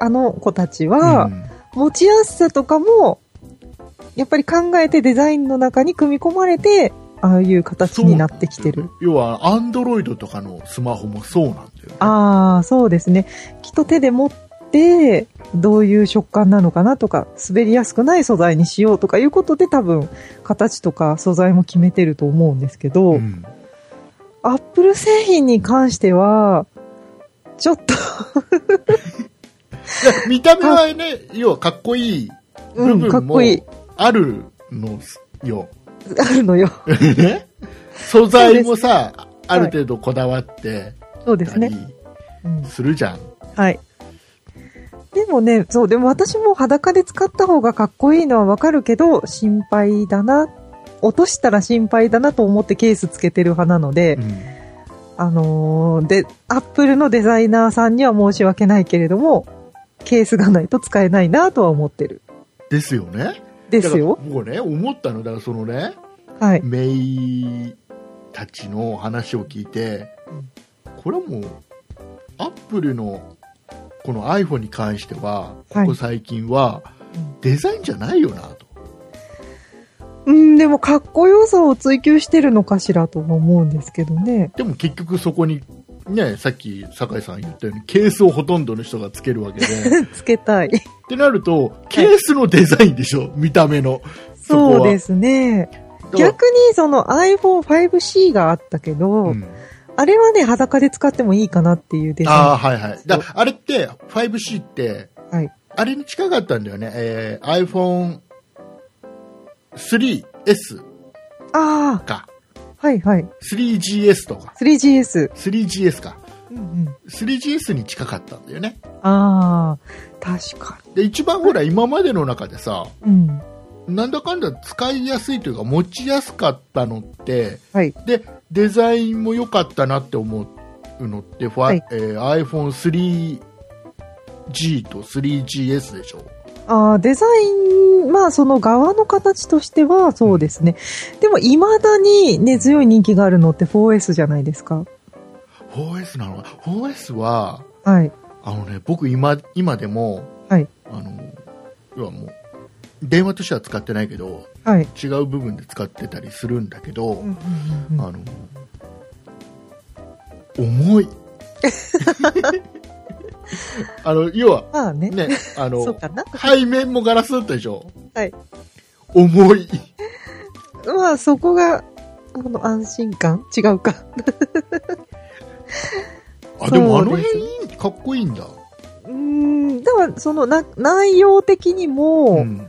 S3: あの子たち
S2: よ。
S3: は、
S2: うん
S3: 持ちやすさとかも、やっぱり考えてデザインの中に組み込まれて、ああいう形になってきてる。。
S2: 要は、アンドロイドとかのスマホもそうなんだよ、ね。
S3: ああ、そうですね。きっと手で持って、どういう食感なのかなとか、滑りやすくない素材にしようとかいうことで多分、形とか素材も決めてると思うんですけど、
S2: うん
S3: アップル製品に関しては、ちょっと、
S2: いや見た目はね、要はかっこいい
S3: うん、かっこいい。
S2: あるのよ。
S3: あるのよ。
S2: ね素材もさ、ある程度こだわって
S3: そうで
S2: た
S3: すね
S2: り。
S3: うん
S2: するじゃん。
S3: はい。でもね、そう、でも私も裸で使った方がかっこいいのはわかるけど、心配だな。落としたら心配だなと思ってケースつけてる派なので、
S2: うん
S3: あのーで、アップルのデザイナーさんには申し訳ないけれども、ケースがないと使えないなとは思ってる。
S2: ですよね。
S3: ですよ。
S2: だから僕ね、思ったの、だからそのね、
S3: はい。
S2: メイたちの話を聞いて
S3: うん、
S2: これはもう、アップルのこの iPhone に関しては、
S3: は
S2: こ
S3: い
S2: こ最近は
S3: うん
S2: デザインじゃないよなと。
S3: うん、でもかっこよさを追求してるのかしらとも思うんですけどね。
S2: でも結局そこに、ね、さっき酒井さん言ったようにケースをほとんどの人がつける わけでっ
S3: つけたい。
S2: てなるとケースのデザインでしょ見た目のそこは
S3: そうですね。
S2: だか
S3: 逆にその iPhone5C があったけど、
S2: らうん
S3: あれはね、裸で使ってもいいかなっていうデ
S2: あ
S3: ザ
S2: あはいはいだあれって 5C って
S3: イン。はい。
S2: あれに近かったんだよね、えー、iPhone3S
S3: あ
S2: か
S3: あ、はいはい。
S2: 3GS とか
S3: 3GS。
S2: 3GS か
S3: うんうん。
S2: 3GS に近かったんだよね
S3: ああ、確か
S2: で一番ほら今までの中でさ
S3: に。うん。
S2: なんだかんだ使いやすいというか持ちやすかったのって
S3: はい。
S2: でデザインも良かったなって思うのって、ファ
S3: はい
S2: えー iPhone3G と 3GS でしょ
S3: ああ、デザイン、まあその側の形としてはそうですね。でも未だに根強い人気があるのって 4S じゃないですか。
S2: 4S なのか 4S は
S3: はい。
S2: あの、ね、僕今今でも、
S3: はい
S2: あの要はもう電話としては使ってないけど
S3: はい。
S2: 違う部分で使ってたりするんだけど、
S3: うんうんうんうん
S2: あの重 いあの要は
S3: まあね。
S2: ねあ
S3: そ
S2: の
S3: うかな。
S2: 背面もガラスだったでしょ
S3: はい。
S2: 重い
S3: まあそこが、あの、安心感違うか。
S2: あでもあの
S3: そうです
S2: 辺いいかっこいいんだ
S3: うーん。だからそのな内容的に
S2: う
S3: も
S2: ん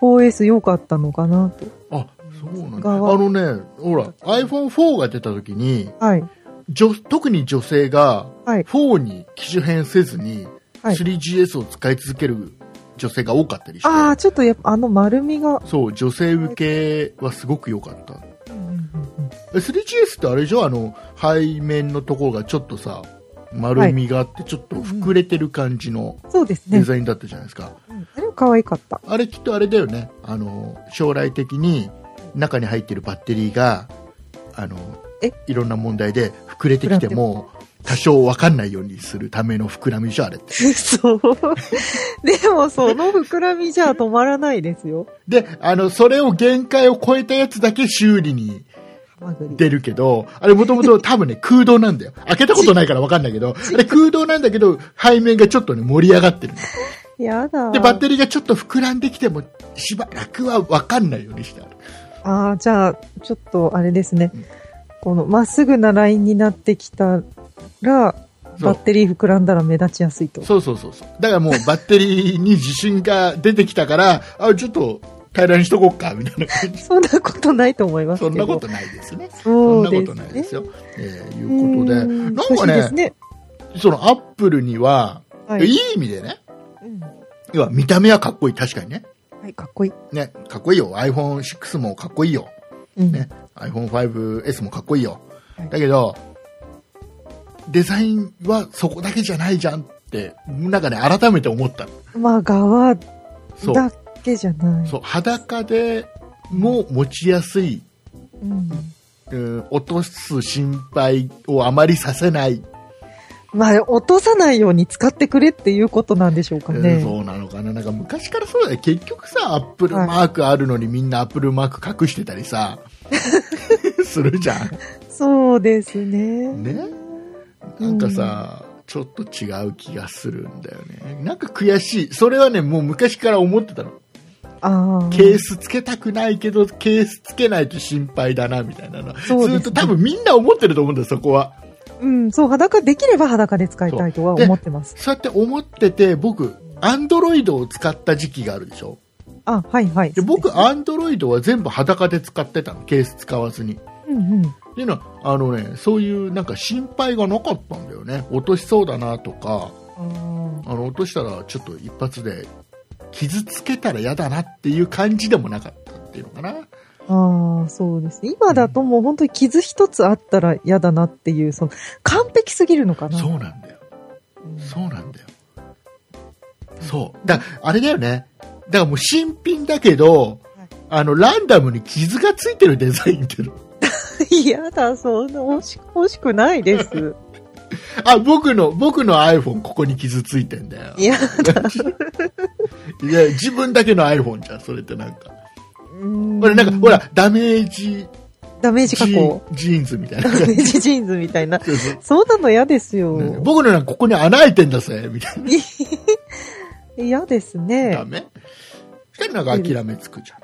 S3: 4S 良かったのかなと。
S2: あそうなんだあ
S3: 側
S2: のねほら iPhone4 が出た時に
S3: はい。
S2: 女特に女性が
S3: はい
S2: 4に機種変せずに
S3: はい
S2: 3GS を使い続ける女性が多かったりして、
S3: ああ、ちょっとやっぱあの丸みが。
S2: そう女性受けはすごく良かった
S3: うんうんうん
S2: え 3GS ってあれでしょあの背面のところがちょっとさ丸みがあってちょっと膨れてる感じの
S3: うんそうです
S2: デ
S3: ね。
S2: ザインだったじゃないですか、
S3: うんあれも可愛かった。
S2: あれきっとあれだよねあの将来的に中に入ってるバッテリーがあの
S3: え
S2: いろんな問題で膨れてきても多少分かんないようにするための膨らみでしょあれって
S3: そう。でも、その膨らみじゃ止まらないですよ。
S2: であのそれを限界を超えたやつだけ修理に
S3: ハマグリ。
S2: 出るけどあれもともと多分 ね空洞なんだよ開けたことないから分かんないけどあれ空洞なんだけど背面がちょっとね盛り上がってるの
S3: やだ。
S2: でバッテリーがちょっと膨らんできてもしばらくは分かんないようにしてある
S3: ああ、じゃあ、ちょっと、あれですね
S2: うん。
S3: この、まっすぐなラインになってきたら、
S2: そう
S3: バッテリー膨らんだら目立ちやすいと。
S2: そうそうそうそう。だからもうバッテリーに自信が出てきたから、あ、ちょっと平らにしとこうか、みたいな 感じ。
S3: そんなことないと思いますけ
S2: そ
S3: ど。
S2: んなことないですね。そん
S3: そ
S2: な
S3: うで
S2: こ
S3: す
S2: と
S3: ね。
S2: ないですよ。えー
S3: う
S2: いうことで、
S3: ーん
S2: なんか
S3: 欲しいです
S2: ね、
S3: ね。
S2: そのアップルには、、
S3: はい
S2: い
S3: い。
S2: 意味でね、
S3: うん
S2: 要は見た目はかっこいい、確かにね。
S3: はい、かっこいい。
S2: ね、かっこいいよ。iPhone6 もかっこいいよ。
S3: うん
S2: ね、iPhone5S もかっこいいよ
S3: はい。
S2: だけど、デザインはそこだけじゃないじゃんって、なんかね、改めて思った。
S3: まあ、側だ
S2: そう。
S3: けじゃない。
S2: そう裸でも持ちやすい、
S3: うん
S2: うん、落とす心配をあまりさせない、
S3: まあ、落とさないように使ってくれっていうことなんでしょうか
S2: うん
S3: ね。
S2: そうなのかななんか昔からそうだね結局さアップル
S3: はい
S2: マークあるのにみんなアップルマーク隠してたり さするじゃん
S3: そうですね。
S2: ねなんかさ、ちょっと違う気がするんだよねなんか悔しいそれはねもう昔から思ってたの
S3: ああ。
S2: ケースつけたくないけどケースつけないと心配だなみたいなの、
S3: そ
S2: ず
S3: うですね
S2: っと多分みんな思ってると思うんだよそこは
S3: うん、そう、裸、できれば裸で使いたいとは
S2: そうで
S3: 思ってます。
S2: そうやって思ってて、僕、アンドロイドを使った時期があるでしょ。
S3: あ、はいはい。
S2: で、僕、アンドロイドは全部裸で使ってたの。ケース使わずに。っ
S3: うんうん。
S2: ていうのは、あのね、そういうなんか心配がなかったんだよね。落としそうだなとか、
S3: あ
S2: あの、落としたらちょっと一発で傷つけたら嫌だなっていう感じでもなかったっていうのかな。
S3: あー、そうです。今だともう本当に傷一つあったら嫌だなっていう、その、完璧すぎるのかな。。
S2: そううなんだよ。 そうなんだよ。そう。だあれだよね。だからもう新品だけど
S3: はい、
S2: あの、ランダムに傷がついてるデザインっていうの。
S3: いやだ、そんな欲し欲しくな いです。
S2: あ、僕の、僕の iPhone ここに傷ついてんだよ。
S3: いやだ。
S2: いや、自分だけの iPhone じゃん、それってなんか。こ
S3: こ
S2: れなんか、ほ、ら、ダメージ
S3: ダメージ
S2: ジ
S3: 加工。
S2: ーンジーンズみたい
S3: ダ
S2: な
S3: メ。ージジーンズみたいな。
S2: そうそう
S3: そんなの嫌ですよ。
S2: 僕のなんかここに穴開いてんだぜ、みたい
S3: 嫌です
S2: な。ダ
S3: ね。
S2: メ変なんか諦めつくじゃん。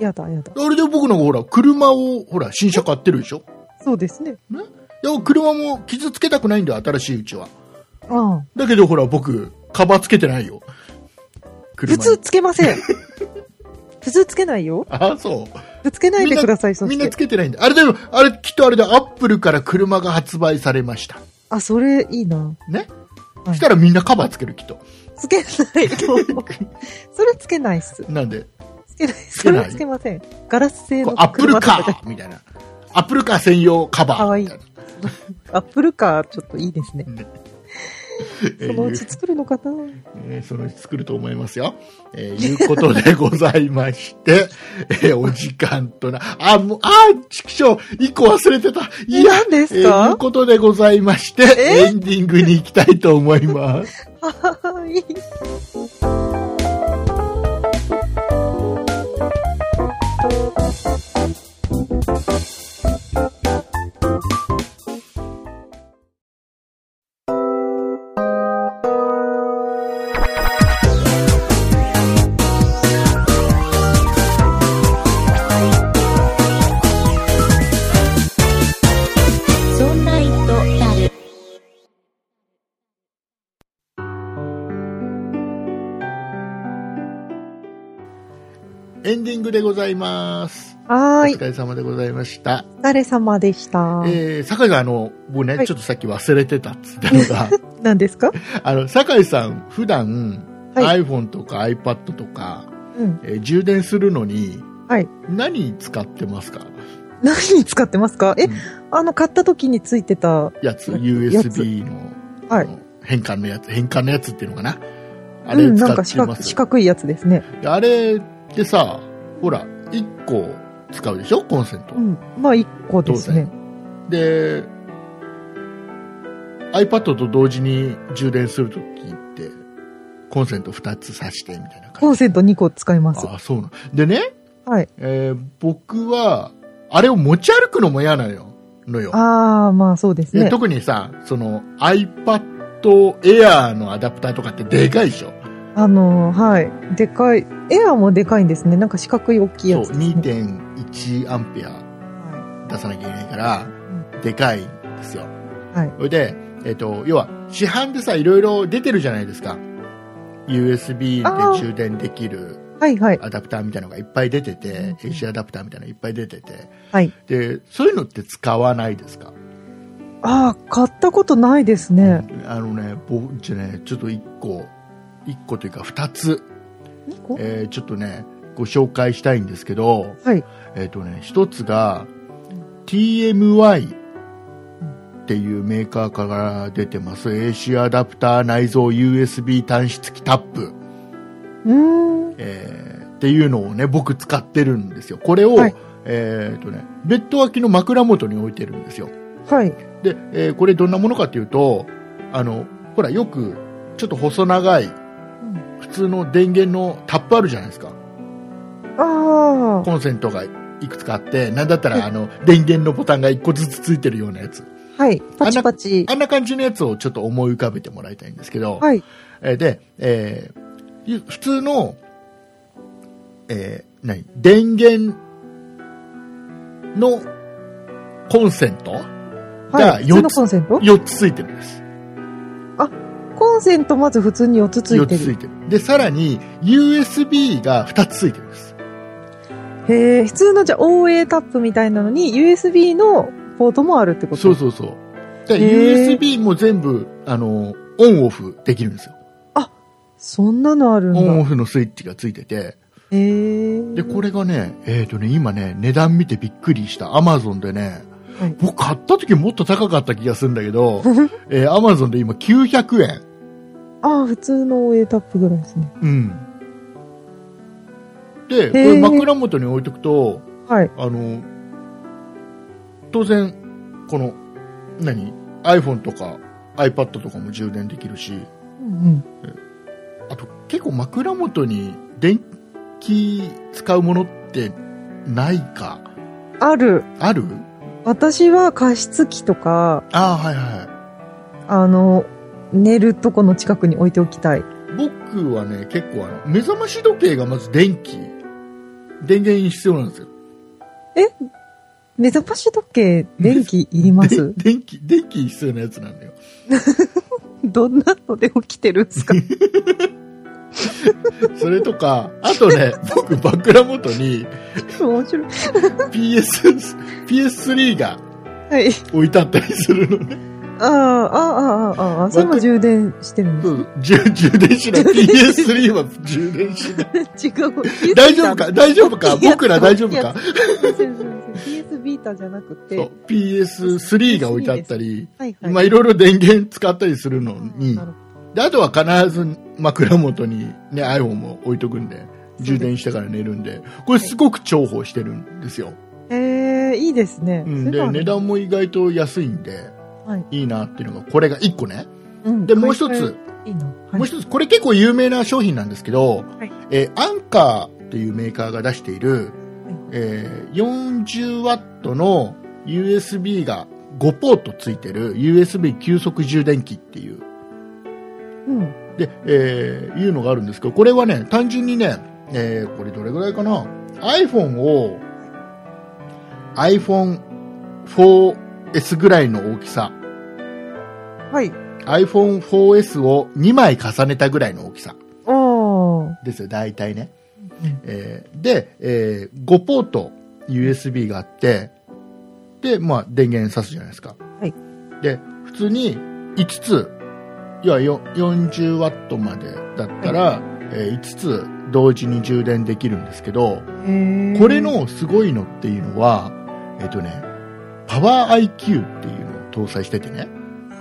S3: 嫌だ、嫌だ。
S2: あれで僕のほら、車を、ほら、新車買ってるでしょ
S3: そうですね。
S2: いや、車も傷つけたくないんだよ、新しいうちは。
S3: ああ。
S2: だけどほら、僕、カバーつけてないよ。車
S3: 普
S2: に
S3: 通。つけません。普通つけないよ。
S2: あ、そう。
S3: つけないでください、そ
S2: み
S3: し
S2: んな
S3: て
S2: つ。けてないんだ。あれでも、あれ、きっとあれで、アップルから車が発売されました。
S3: あ、それいいな。
S2: ね。
S3: はい
S2: したらみんなカバーつける、きっと。
S3: つけないと 思う。それつけないっす。
S2: なんで、
S3: つけない。
S2: け
S3: それ
S2: ない
S3: はつけません。ガラス製
S2: こ
S3: の
S2: うアップル
S3: 車と
S2: カ
S3: かじゃ
S2: ーみたいな。アップルカー専用カバ
S3: かわ
S2: ー
S3: い
S2: み
S3: い
S2: たいな。。
S3: アップルカー、ちょっといいですね。
S2: え
S3: そ
S2: ー
S3: の
S2: いう
S3: ち作るのかな
S2: えーそのうち作ると思いますよ。えーいうことでございまして、 えーお時間とな、あ、もう、あー、ちくしょう、一個忘れてた。いや、
S3: 何ですか
S2: えーいうことでございまして、エンディングに行きたいと思います。
S3: はい。
S1: そんな糸だる。
S2: エンディングでございます。
S3: は
S2: お
S3: い
S2: 疲。れ様でございました。
S3: お疲れ様でした。
S2: えー、酒井さん、あの、僕ね、
S3: はい
S2: ちょっとさっき忘れてたっつったの が、
S3: 何ですか
S2: あの、酒井さん、普段、
S3: はい
S2: iPhone とか iPad とか、
S3: うん。
S2: えー充電するのに、
S3: はい。
S2: 何使ってますか
S3: 何に使ってますかえ、
S2: うん
S3: あの、買った時についてた、
S2: やつ、
S3: やつ
S2: USB の
S3: はい
S2: あの変換のやつ、変換のやつっていうのかな。あ
S3: う
S2: れ
S3: ん、
S2: 使
S3: なん
S2: っ
S3: か
S2: て
S3: 四
S2: ま
S3: 角
S2: す。
S3: 四角いやつですね。
S2: であれってさ、ほら、1個使うでしょコンセント。
S3: うん。まあ、一個ですね。
S2: で、iPad と同時に充電するときって、コンセント2つ挿してみたいな
S3: コ
S2: 感
S3: ン
S2: じ。
S3: セント2個使います。
S2: ああ、そうなん。でね、
S3: はい。
S2: えー僕は、あれを持ち歩くのも嫌なのよ。のよ
S3: ああ、まあそうです
S2: で
S3: ね。
S2: 特にさ、その iPad Air のアダプターとかってでかいでしょ。
S3: あのー、はい。でかい。エアーもでかいんですね。なんか四角い大きいや
S2: そ
S3: つで
S2: う、
S3: す、ね。
S2: 2.1アンペア
S3: は
S2: 出さなきゃいけないから、でかいんですよ。
S3: はい
S2: それで、えっ、と、要は、市販でさ、いろいろ出てるじゃないですか。USB
S3: あー
S2: で充電できる
S3: い、はい、はい。
S2: アダプターみたいなのがいっぱい出てて、
S3: うん
S2: AC アダプターみたいなのいっぱい出てて。
S3: はい。
S2: で、そういうのって使わないですか
S3: ああ、買ったことないですね。
S2: あのね、ぼじゃね、ちょっと一個、一個というか二つ、
S3: 2個
S2: えーちょっとね、ご紹介したいんですけど、
S3: はい。
S2: えっ、とね、一つが、TMY っていうメーカーから出てます。AC アダプター内蔵 USB 端子付きタップ、
S3: うーん。
S2: えーっていうのをね、僕使ってるんですよ。これを、
S3: はい
S2: えっ、とね、ベッド脇の枕元に置いてるんですよ。
S3: はい。
S2: で、えーこれどんなものかというと、あの、ほら、よく、ちょっと細長い、普通の電源のタップあるじゃないですか。
S3: あ
S2: コンセントがいくつかあって、なんだったら、あの、電源のボタンが一個ずつついてるようなやつ。
S3: あ、はい。パチパチ。
S2: あんな感じのやつをちょっと思い浮かべてもらいたいんですけど、
S3: はい。
S2: えーで、えーゆ普通の、えー何電源のコンセントが
S3: はい。普通
S2: 4
S3: のコンセント
S2: ?4 つついてるんです。
S3: コンセントまず普通に4つついて
S2: 4つつ
S3: る
S2: い。てる。で、さらに USB が2つついてるんです。
S3: へえ、普通のじゃあ OA タップみたいなのに USB のポートもあるってこと
S2: そうそうそう。で、
S3: へー
S2: USB も全部、あの、オンオフできるんですよ。
S3: そんなのあるん
S2: オンオ
S3: だ。
S2: フのスイッチがついてて。
S3: へえ。
S2: で、 これがね、えっ、とね、今ね、値段見てびっくりした。Amazon でね、
S3: はい
S2: 僕買った時もっと高かった気がするんだけど、えー、Amazon で今900円。
S3: ああ、普通の OA タップぐらいですね。
S2: うん。って、これ枕元に置いとくと、
S3: はい。
S2: あの、当然、この、何 ?iPhone とか iPad とかも充電できるし、
S3: うん
S2: あと結構枕元に電気使うものってないか。
S3: うん。ある。
S2: ある
S3: 私は加湿器とか、
S2: ああ、はいは
S3: あの、寝るとこの近くに置いておきたい。
S2: い。僕はね、結構あの、目覚まし時計がまず電気、電源に必要なんですよ。
S3: 目覚まし時計、電気いりま
S2: です電気、電気必要なやつなんだよ。
S3: どんなので起きてるんですか
S2: それとか、あと ね、僕枕元に
S3: 面白い。
S2: PS、PS3 が
S3: はい。
S2: 置いてあったりするのね。
S3: ああ、ああ、ああ、ああ、それも充電してるんで
S2: そう充充電しない。PS3 は充電 しない。
S3: す。違う。
S2: 大丈夫か大丈夫か
S3: いや
S2: 僕ら大丈夫か
S3: そうそうそう PS ビータじゃなくて。
S2: そう ?PS3 が置いてあったり、
S3: はいはい。
S2: まあいろいろ電源使ったりするのに
S3: な、るほ
S2: であとは必ず枕元にね、iPhone も置いとくんで、充電してから寝るんで、これすごく重宝してるんですよ。
S3: どえー、いいですね。
S2: うん、で、値段も意外と安いんで、
S3: はい
S2: いなっていうのが、これが1個ね。
S3: 段
S2: で、もう一つ、。
S3: いいの。はい
S2: もう一つ、これ結構有名な商品なんですけど、
S3: はい
S2: えーアンカーっていうメーカーが出している、えー40ワットの USB が5ポートついてる USB 急速充電器っていう、
S3: うん。
S2: で、えーいうのがあるんですけど、これはね、単純にね、えーこれどれぐらいかな ?iPhone を iPhone4S ぐらいの大きさ、
S3: はい。
S2: iPhone4S を2枚重ねたぐらいの大きさ
S3: おー。
S2: ですよ、大体ね。えーで、えー5ポート USB があって、で、まあ、電源挿すじゃないですか。
S3: はい
S2: で、普通に5つ、いや、よ40ワットまでだったら、え5つ同時に充電できるんですけど、
S3: えー
S2: これ、のすごいのっていうのは、えっ、とね、パワー IQ っていうのを搭載しててね。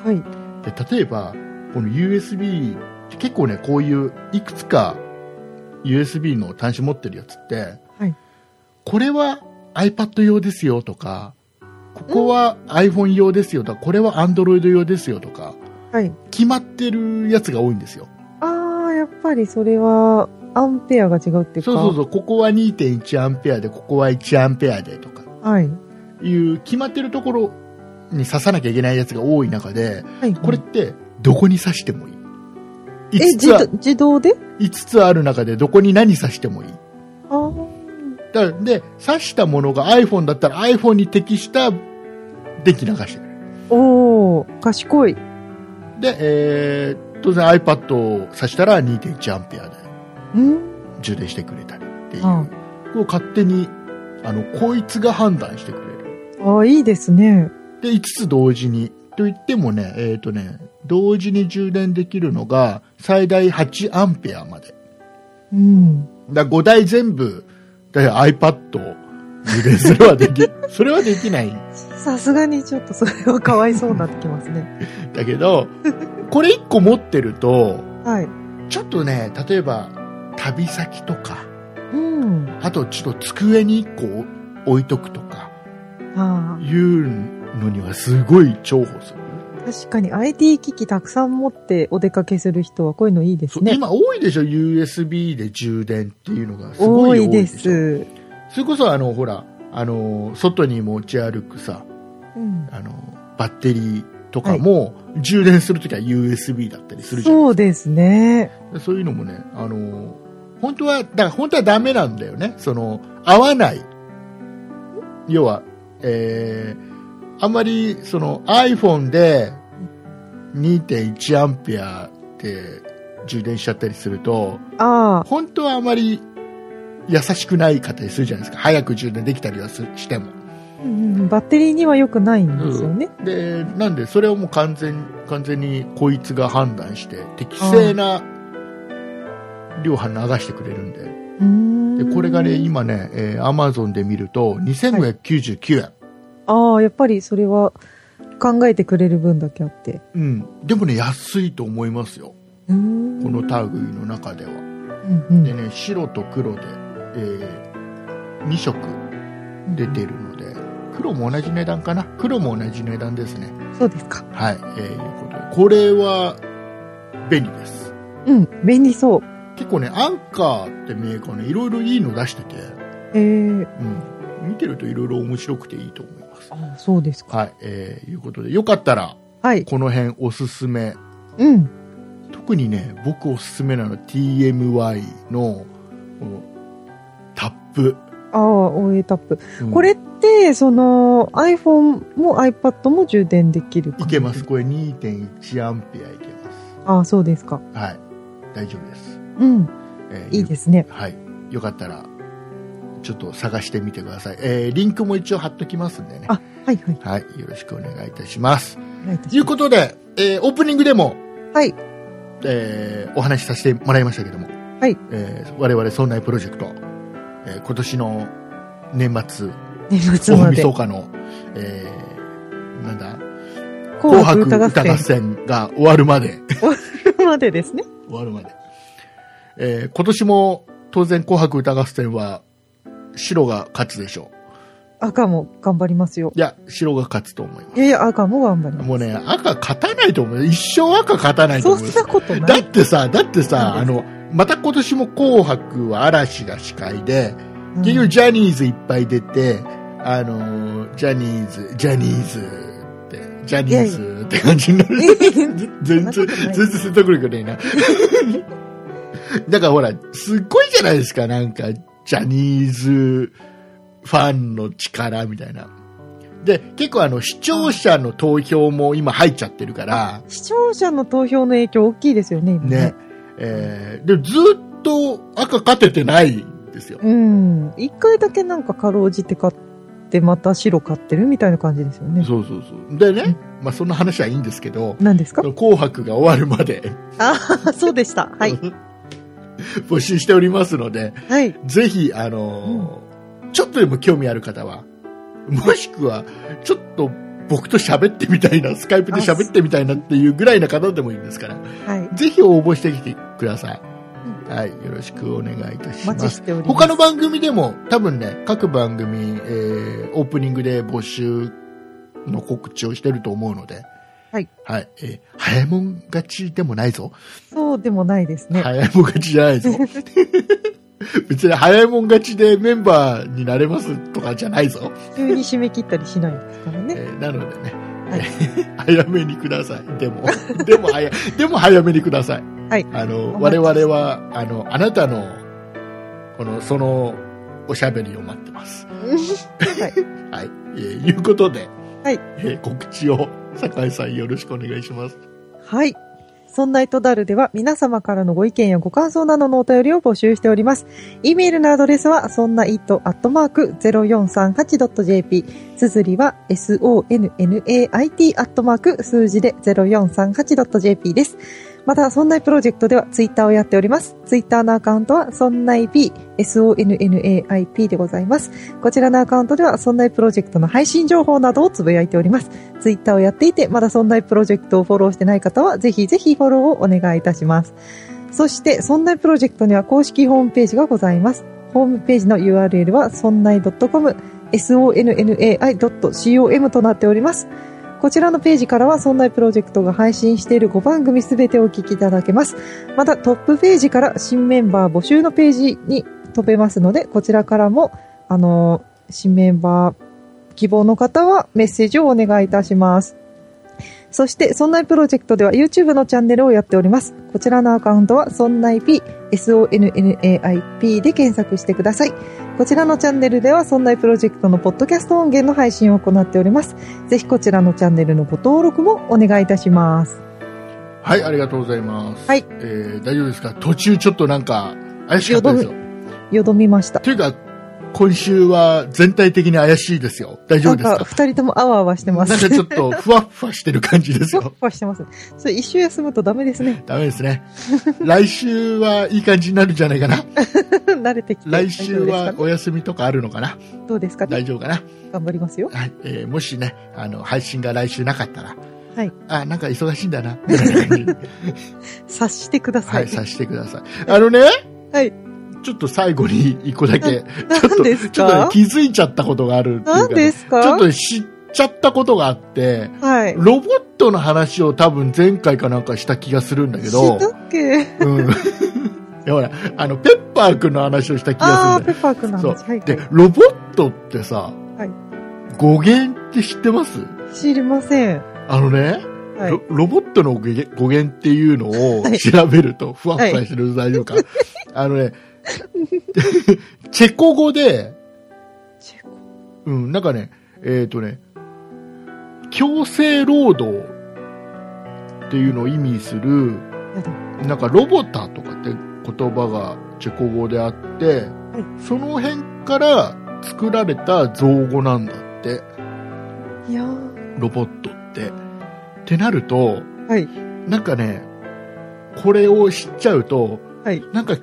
S3: はい。
S2: で例えばこの USB って結構ねこういういくつか USB の端子持ってるやつって、
S3: はい
S2: これは iPad 用ですよとかここは iPhone 用ですよとかこれは Android 用ですよとか
S3: はい。
S2: 決まってるやつが多いんですよ
S3: あー、やっぱりそれは、アンペアが違うっていうか。
S2: そうそうそうここは2.1アンペアでここは1アンペアでとか
S3: はい。
S2: いう決まってるところに刺さなきゃいけないやつが多い中で
S3: はい。
S2: これっ、てどこに刺してもいい
S3: え、
S2: 5
S3: 自
S2: つあ
S3: 動自動で
S2: 5つある中でどこに何刺してもいい。
S3: あー。
S2: だで、刺したものが iPhone だったら iPhone に適した電気流してる。
S3: おー、賢い。
S2: で、えー、当然 iPad を刺したら2.1アンペアで
S3: うん
S2: 充電してくれたりっていう。
S3: うん
S2: こう勝手に、あの、こいつが判断してくれる。
S3: あー、いいですね。
S2: で、5つ同時に。と言ってもね、えっ、とね、同時に充電できるのが最大8アンペアまで。
S3: うん。
S2: だ5台全部、だから iPad を充電するはでき、それはできない
S3: さすがにちょっとそれはかわいそうになってきますね。
S2: だけど、これ1個持ってると、
S3: はい。
S2: ちょっとね、例えば、旅先とか、
S3: うん。
S2: あとちょっと机に1個置いとくとか、
S3: あ
S2: いうのにはすごい重宝する。
S3: あ、確かに IT 機器たくさん持ってお出かけする人はこういうのいいで
S2: そ
S3: す
S2: う
S3: ね。
S2: 今多いでしょ ?USB で充電っていうのがすご
S3: 多
S2: い多
S3: い
S2: いで
S3: で
S2: しょ
S3: す。
S2: それこそあの、ほら、あの、外に持ち歩くさ、
S3: うん、
S2: あの、バッテリーとかも、充電するときは USB だったりするじゃん。
S3: そうですね。
S2: でそういうのもね、あのー本当は、だから本当はダメなんだよね。その、合わない。要は、えー、あんまり、その iPhone で2.1アンペアで充電しちゃったりすると、
S3: あ
S2: 本当はあまり優しくない方にするじゃないですか。早く充電できたりはすしても。
S3: あ、うんうん、バッテリーには良くないんですよね。
S2: で、なんで、それをもう完全、完全にこいつが判断して、適正な量販流してくれるんで。
S3: うーん、
S2: でこれがね、今ね、えー、Amazon で見ると、2599円、
S3: ああ、やっぱりそれは考えてくれる分だけあって。
S2: うん。でもね、安いと思いますよ。
S3: うーん
S2: このタグの中では。
S3: うんうん
S2: でね、白と黒で、え2色出てるので、黒も同じ値段かな。黒も同じ値段ですね。
S3: そうですか。
S2: はい。えーいうことでこれは、便利です。
S3: うん、便利そう。
S2: 結構ね、アンカーってメーカーね、いろいろいいの出してて、
S3: えー、
S2: うん。見てるといろいろ面白くていいと思います。
S3: あそうですか。
S2: はい。えーいうことで、よかったら、
S3: はい。
S2: この辺おすすめ。
S3: うん。
S2: 特にね、僕おすすめなのは TMY の、このタップ。
S3: ああ、OA タップ。
S2: うん
S3: これって、その iPhone も iPad も充電できる
S2: いけます。。これ2.1アンペアいけます。
S3: ああ、そうですか。
S2: はい。大丈夫です。
S3: うん。
S2: えー
S3: いいですね。
S2: はい。よかったら、ちょっと探してみてください。えーリンクも一応貼っときますんでね。
S3: あ、はいはい。
S2: はい。よろしくお願いいたします。
S3: お願いいた
S2: と
S3: し
S2: いうことで、えーオープニングでも、
S3: ますはい。
S2: えーお話しさせてもらいましたけども、
S3: はい。
S2: えー我々、そんなプロジェクト、えー今年の年末、
S3: 年末
S2: 大
S3: まで
S2: 晦。日の、えーなんだ、紅
S3: 紅
S2: 白
S3: 白
S2: 歌
S3: 歌合
S2: 合
S3: 戦
S2: 戦が終わるまで、
S3: までですね。
S2: 終わるまで。えー今年も当然紅白歌合戦は白が勝つでしょう。
S3: 赤も頑張りますよ。
S2: いや、白が勝つと思いま
S3: いやいや、赤も頑張り
S2: す。
S3: ます。
S2: もうね、赤勝たないと思う。一生赤勝たないと
S3: そ
S2: 思
S3: ん
S2: う。
S3: なこと な
S2: だ
S3: い。
S2: ってさ、だってさ、
S3: うん
S2: あの、また今年も紅白は嵐が司会で、
S3: うん
S2: 結局ジャニーズいっぱい出て、あのージャニーズ、ジャニーズって、ジャニーズって感じにな る。全然、
S3: そん
S2: 全
S3: なことない
S2: 然説得力ねえな。だからほら、すっごいじゃないですか、なんか、ジャニーズファンの力みたいな。で、結構あの、視聴者の投票も今入っちゃってるから、
S3: 視聴者の投票の影響大きいですよね、今
S2: ね。。えー、で、ずっと赤勝ててないんですよ。
S3: うん。一回だけなんかかろうじて買って、また白買ってるみたいな感じですよね。
S2: そうそうそう。でね、まあそんな話はいいんですけど、
S3: 何ですか
S2: 紅白が終わるまで
S3: あ、 そうでした。はい。
S2: 募集しておりますので、
S3: はい。
S2: ぜひ、あのーちょっとでも興味ある方は、もしくは、ちょっと僕と喋ってみたいな、スカイプで喋ってみたいなっていうぐらいな方でもいいですから、
S3: はい。
S2: ぜひ応募してきてください。はい、よろしくお願いいた
S3: お
S2: しま
S3: 待ち
S2: す。
S3: しております。
S2: 他の番組でも、多分ね、各番組、えーオープニングで募集の告知をしてると思うので、
S3: はい。
S2: はい、えー早いもん勝ちでもないぞ。
S3: そうでもないですね。
S2: 早いもん勝ちじゃ ないぞ。別に早いもん勝ちでメンバーになれますとかじゃないぞ。
S3: 急に締め切ったりしないですから
S2: え
S3: ね。
S2: ーなのでね、
S3: はい
S2: 早めにください。でも、 でも早い、でも早めにください。
S3: はい。
S2: あの、
S3: お
S2: 我
S3: 待ちして
S2: 々は、あの、あなたの、この、その、おしゃべりを待ってます。
S3: はい。
S2: はい。えーいうことで、
S3: はい
S2: えー告知を、酒井さんよろしくお願いします。
S3: はい。そんな糸ダルでは皆様からのご意見やご感想などのお便りを募集しております。e メールのアドレスは、そんな it アットマーク 0438.jp。綴りは、sonnait アットマーク数字で 0438.jp です。また、そんないプロジェクトではツイッターをやっております。ツイッターのアカウントは、そんない p、sonnaip でございます。こちらのアカウントでは、そんないプロジェクトの配信情報などをつぶやいております。ツイッターをやっていて、まだそんなプロジェクトをフォローしてない方は、ぜひぜひフォローをお願いいたします。そして、そんなプロジェクトには公式ホームページがございます。ホームページの URL は、そんない .com、sonnai.com となっております。こちらのページからは、そんなプロジェクトが配信している5番組すべてお聞きいただけます。また、トップページから新メンバー募集のページに飛べますので、こちらからも、あのー新メンバー、希望の方はメッセージをお願いいたします。そして、そんないプロジェクトでは YouTube のチャンネルをやっております。こちらのアカウントは、そんない P、SONNAIP で検索してください。こちらのチャンネルでは、そんないプロジェクトのポッドキャスト音源の配信を行っております。ぜひこちらのチャンネルのご登録もお願いいたします。
S2: はい、ありがとうございます。
S3: はい
S2: えー大丈夫ですか途中ちょっとなんか、怪しかったですよ。
S3: よどみました。
S2: というか、今週は全体的に怪しいですよ。大丈夫
S3: なん
S2: です
S3: か、
S2: か
S3: 二人ともあわあわしてま
S2: なん
S3: す。
S2: かちょっとふわっふわしてる感じです
S3: ふわっ
S2: よ。
S3: ふわしてます。それ一周休むとダメですね。
S2: ダメですね。来週はいい感じになるんじゃないか な。
S3: 慣れてきて。
S2: 来週は
S3: 大丈夫ですか
S2: お休みとかあるのかな。
S3: ねどうですかね
S2: 大丈夫かな。
S3: 頑張りますよ。
S2: はい、えーもしね、あの、配信が来週なかったら、
S3: はい。
S2: あ、なんか忙しいんだな、みたいな感じに、
S3: 察してくださ。
S2: はいい、さしてください。あのね、
S3: はい。
S2: ちょっと最後に一個だけ、ちょっ
S3: 何
S2: と、
S3: で
S2: ちょ
S3: す
S2: っとね
S3: か
S2: 気づいちゃったことがあるっていうかね、
S3: 何です
S2: ちょ
S3: か
S2: っとね知っちゃったことがあって、
S3: はい。
S2: ロボットの話を多分前回かなんかした気がするんだけど
S3: し、たっけ
S2: うん。い やほら、あの、ペッパーくんの話をした気
S3: あ
S2: が
S3: あー、
S2: す
S3: ペ
S2: るん
S3: ッパーくんなん
S2: だよ。
S3: です。
S2: そ
S3: は
S2: う。
S3: い。
S2: で、ロボットってさ、
S3: はい
S2: 語源って知ってます
S3: 知りません。
S2: あのね、
S3: はい。
S2: ロロボットの語源語源っていうのを
S3: はい
S2: 調べると、ふわふわしてる大丈夫か。 あのね、チェコ語で、
S3: チェコ
S2: うん、なんかね、えっ、とね、強制労働っていうのを意味する、
S3: やだ
S2: なんかロボタとかって言葉がチェコ語であって、
S3: は
S2: その辺から作られた造語なんだって、
S3: いやー
S2: ロボットって。ってなると、
S3: はい。
S2: なんかね、これを知っちゃうと、
S3: はい
S2: なんか、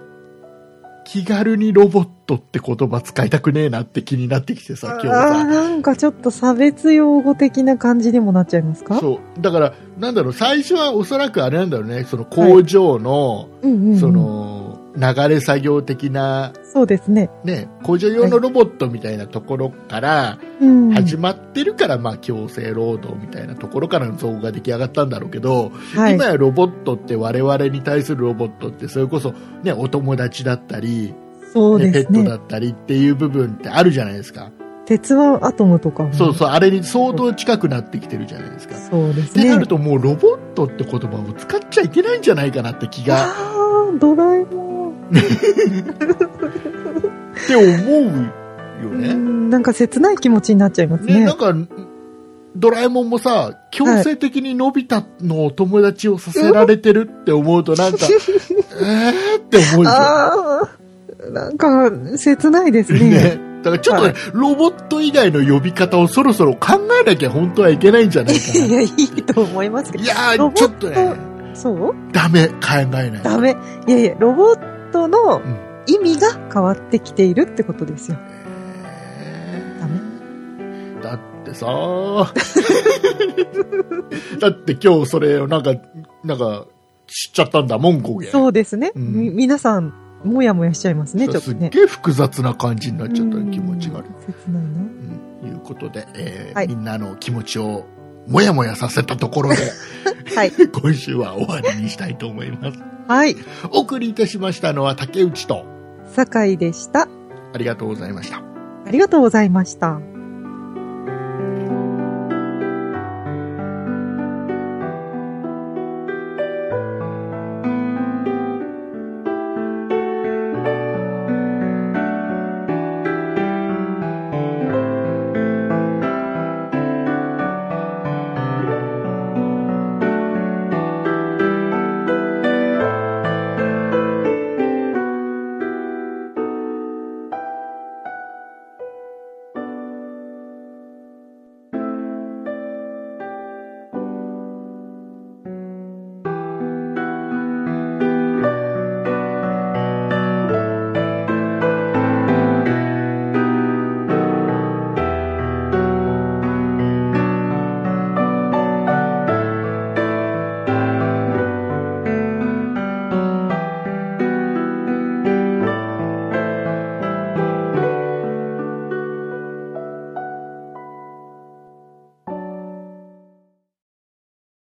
S2: 気軽にロボットって言葉使いたくねえなって気になってきて
S3: あ
S2: さ、
S3: ー
S2: 今日さ。
S3: なんかちょっと差別用語的な感じにもなっちゃいますか
S2: そう。だから、なんだろう、最初はおそらくあれなんだろうね、その工場の、
S3: うんうんうん。
S2: そ、の、流れ作業的な、
S3: そうですね。
S2: ね、工場用のロボットみたいなところから
S3: うん。
S2: 始まってるから、まあ強制労働みたいなところからの造語が出来上がったんだろうけど、
S3: はい
S2: 今。やロボットって我々に対するロボットってそれこそ、ね、お友達だったり、
S3: そう
S2: ねペ
S3: です
S2: ットだ
S3: ね。
S2: ったりっていう部分ってあるじゃないですか、
S3: 鉄腕アトムとかも。
S2: そうそうあれに相当近くなってきてるじゃないですか。っ
S3: そうです
S2: て
S3: ね。
S2: なるともうロボットって言葉を使っちゃいけないんじゃないかなって気が
S3: ああ、ドラえもん。
S2: って思うよ
S3: う
S2: ね。
S3: んなんか切ない気持ちになっちゃいます
S2: ね
S3: ね。
S2: なんかドラえもんもさ強制的にのび太のお友達をさせられてるって思うとなん か、えーって思うじゃん。
S3: ああ、なんか切ないですね。
S2: ね。だからちょっとね、ロボット以外の呼び方をそろそろ考えなきゃ本当はいけないんじゃないか
S3: い
S2: な。
S3: や、いいと思いますけど
S2: い。や
S3: ロ
S2: ー、
S3: ボット
S2: ちょっとね、
S3: そう
S2: ダメ、考えない。
S3: ダメ。いやいや、ロボットの
S2: ん
S3: 意味が変わってきているってことですよ。
S2: え
S3: ダメ。
S2: ーだってさー だって今日それをなんか、なんか、知っちゃったんだもん、語源。
S3: そうですね。
S2: うん
S3: み皆さん、もやもやしちゃいますね、ちょっと
S2: すっ
S3: ね。
S2: げえ複雑な感じになっちゃったね気持ちがある
S3: う。ん切ないな。
S2: うん、いうことで、えー
S3: はい
S2: みんなの気持ちをもやもやさせたとこ ろで、
S3: はい。
S2: 今週は終わりにしたいと思います。
S3: はい。
S2: お送りいたしましたのは竹内と
S3: 酒井でした。
S2: ありがとうございました。
S3: ありがとうございました。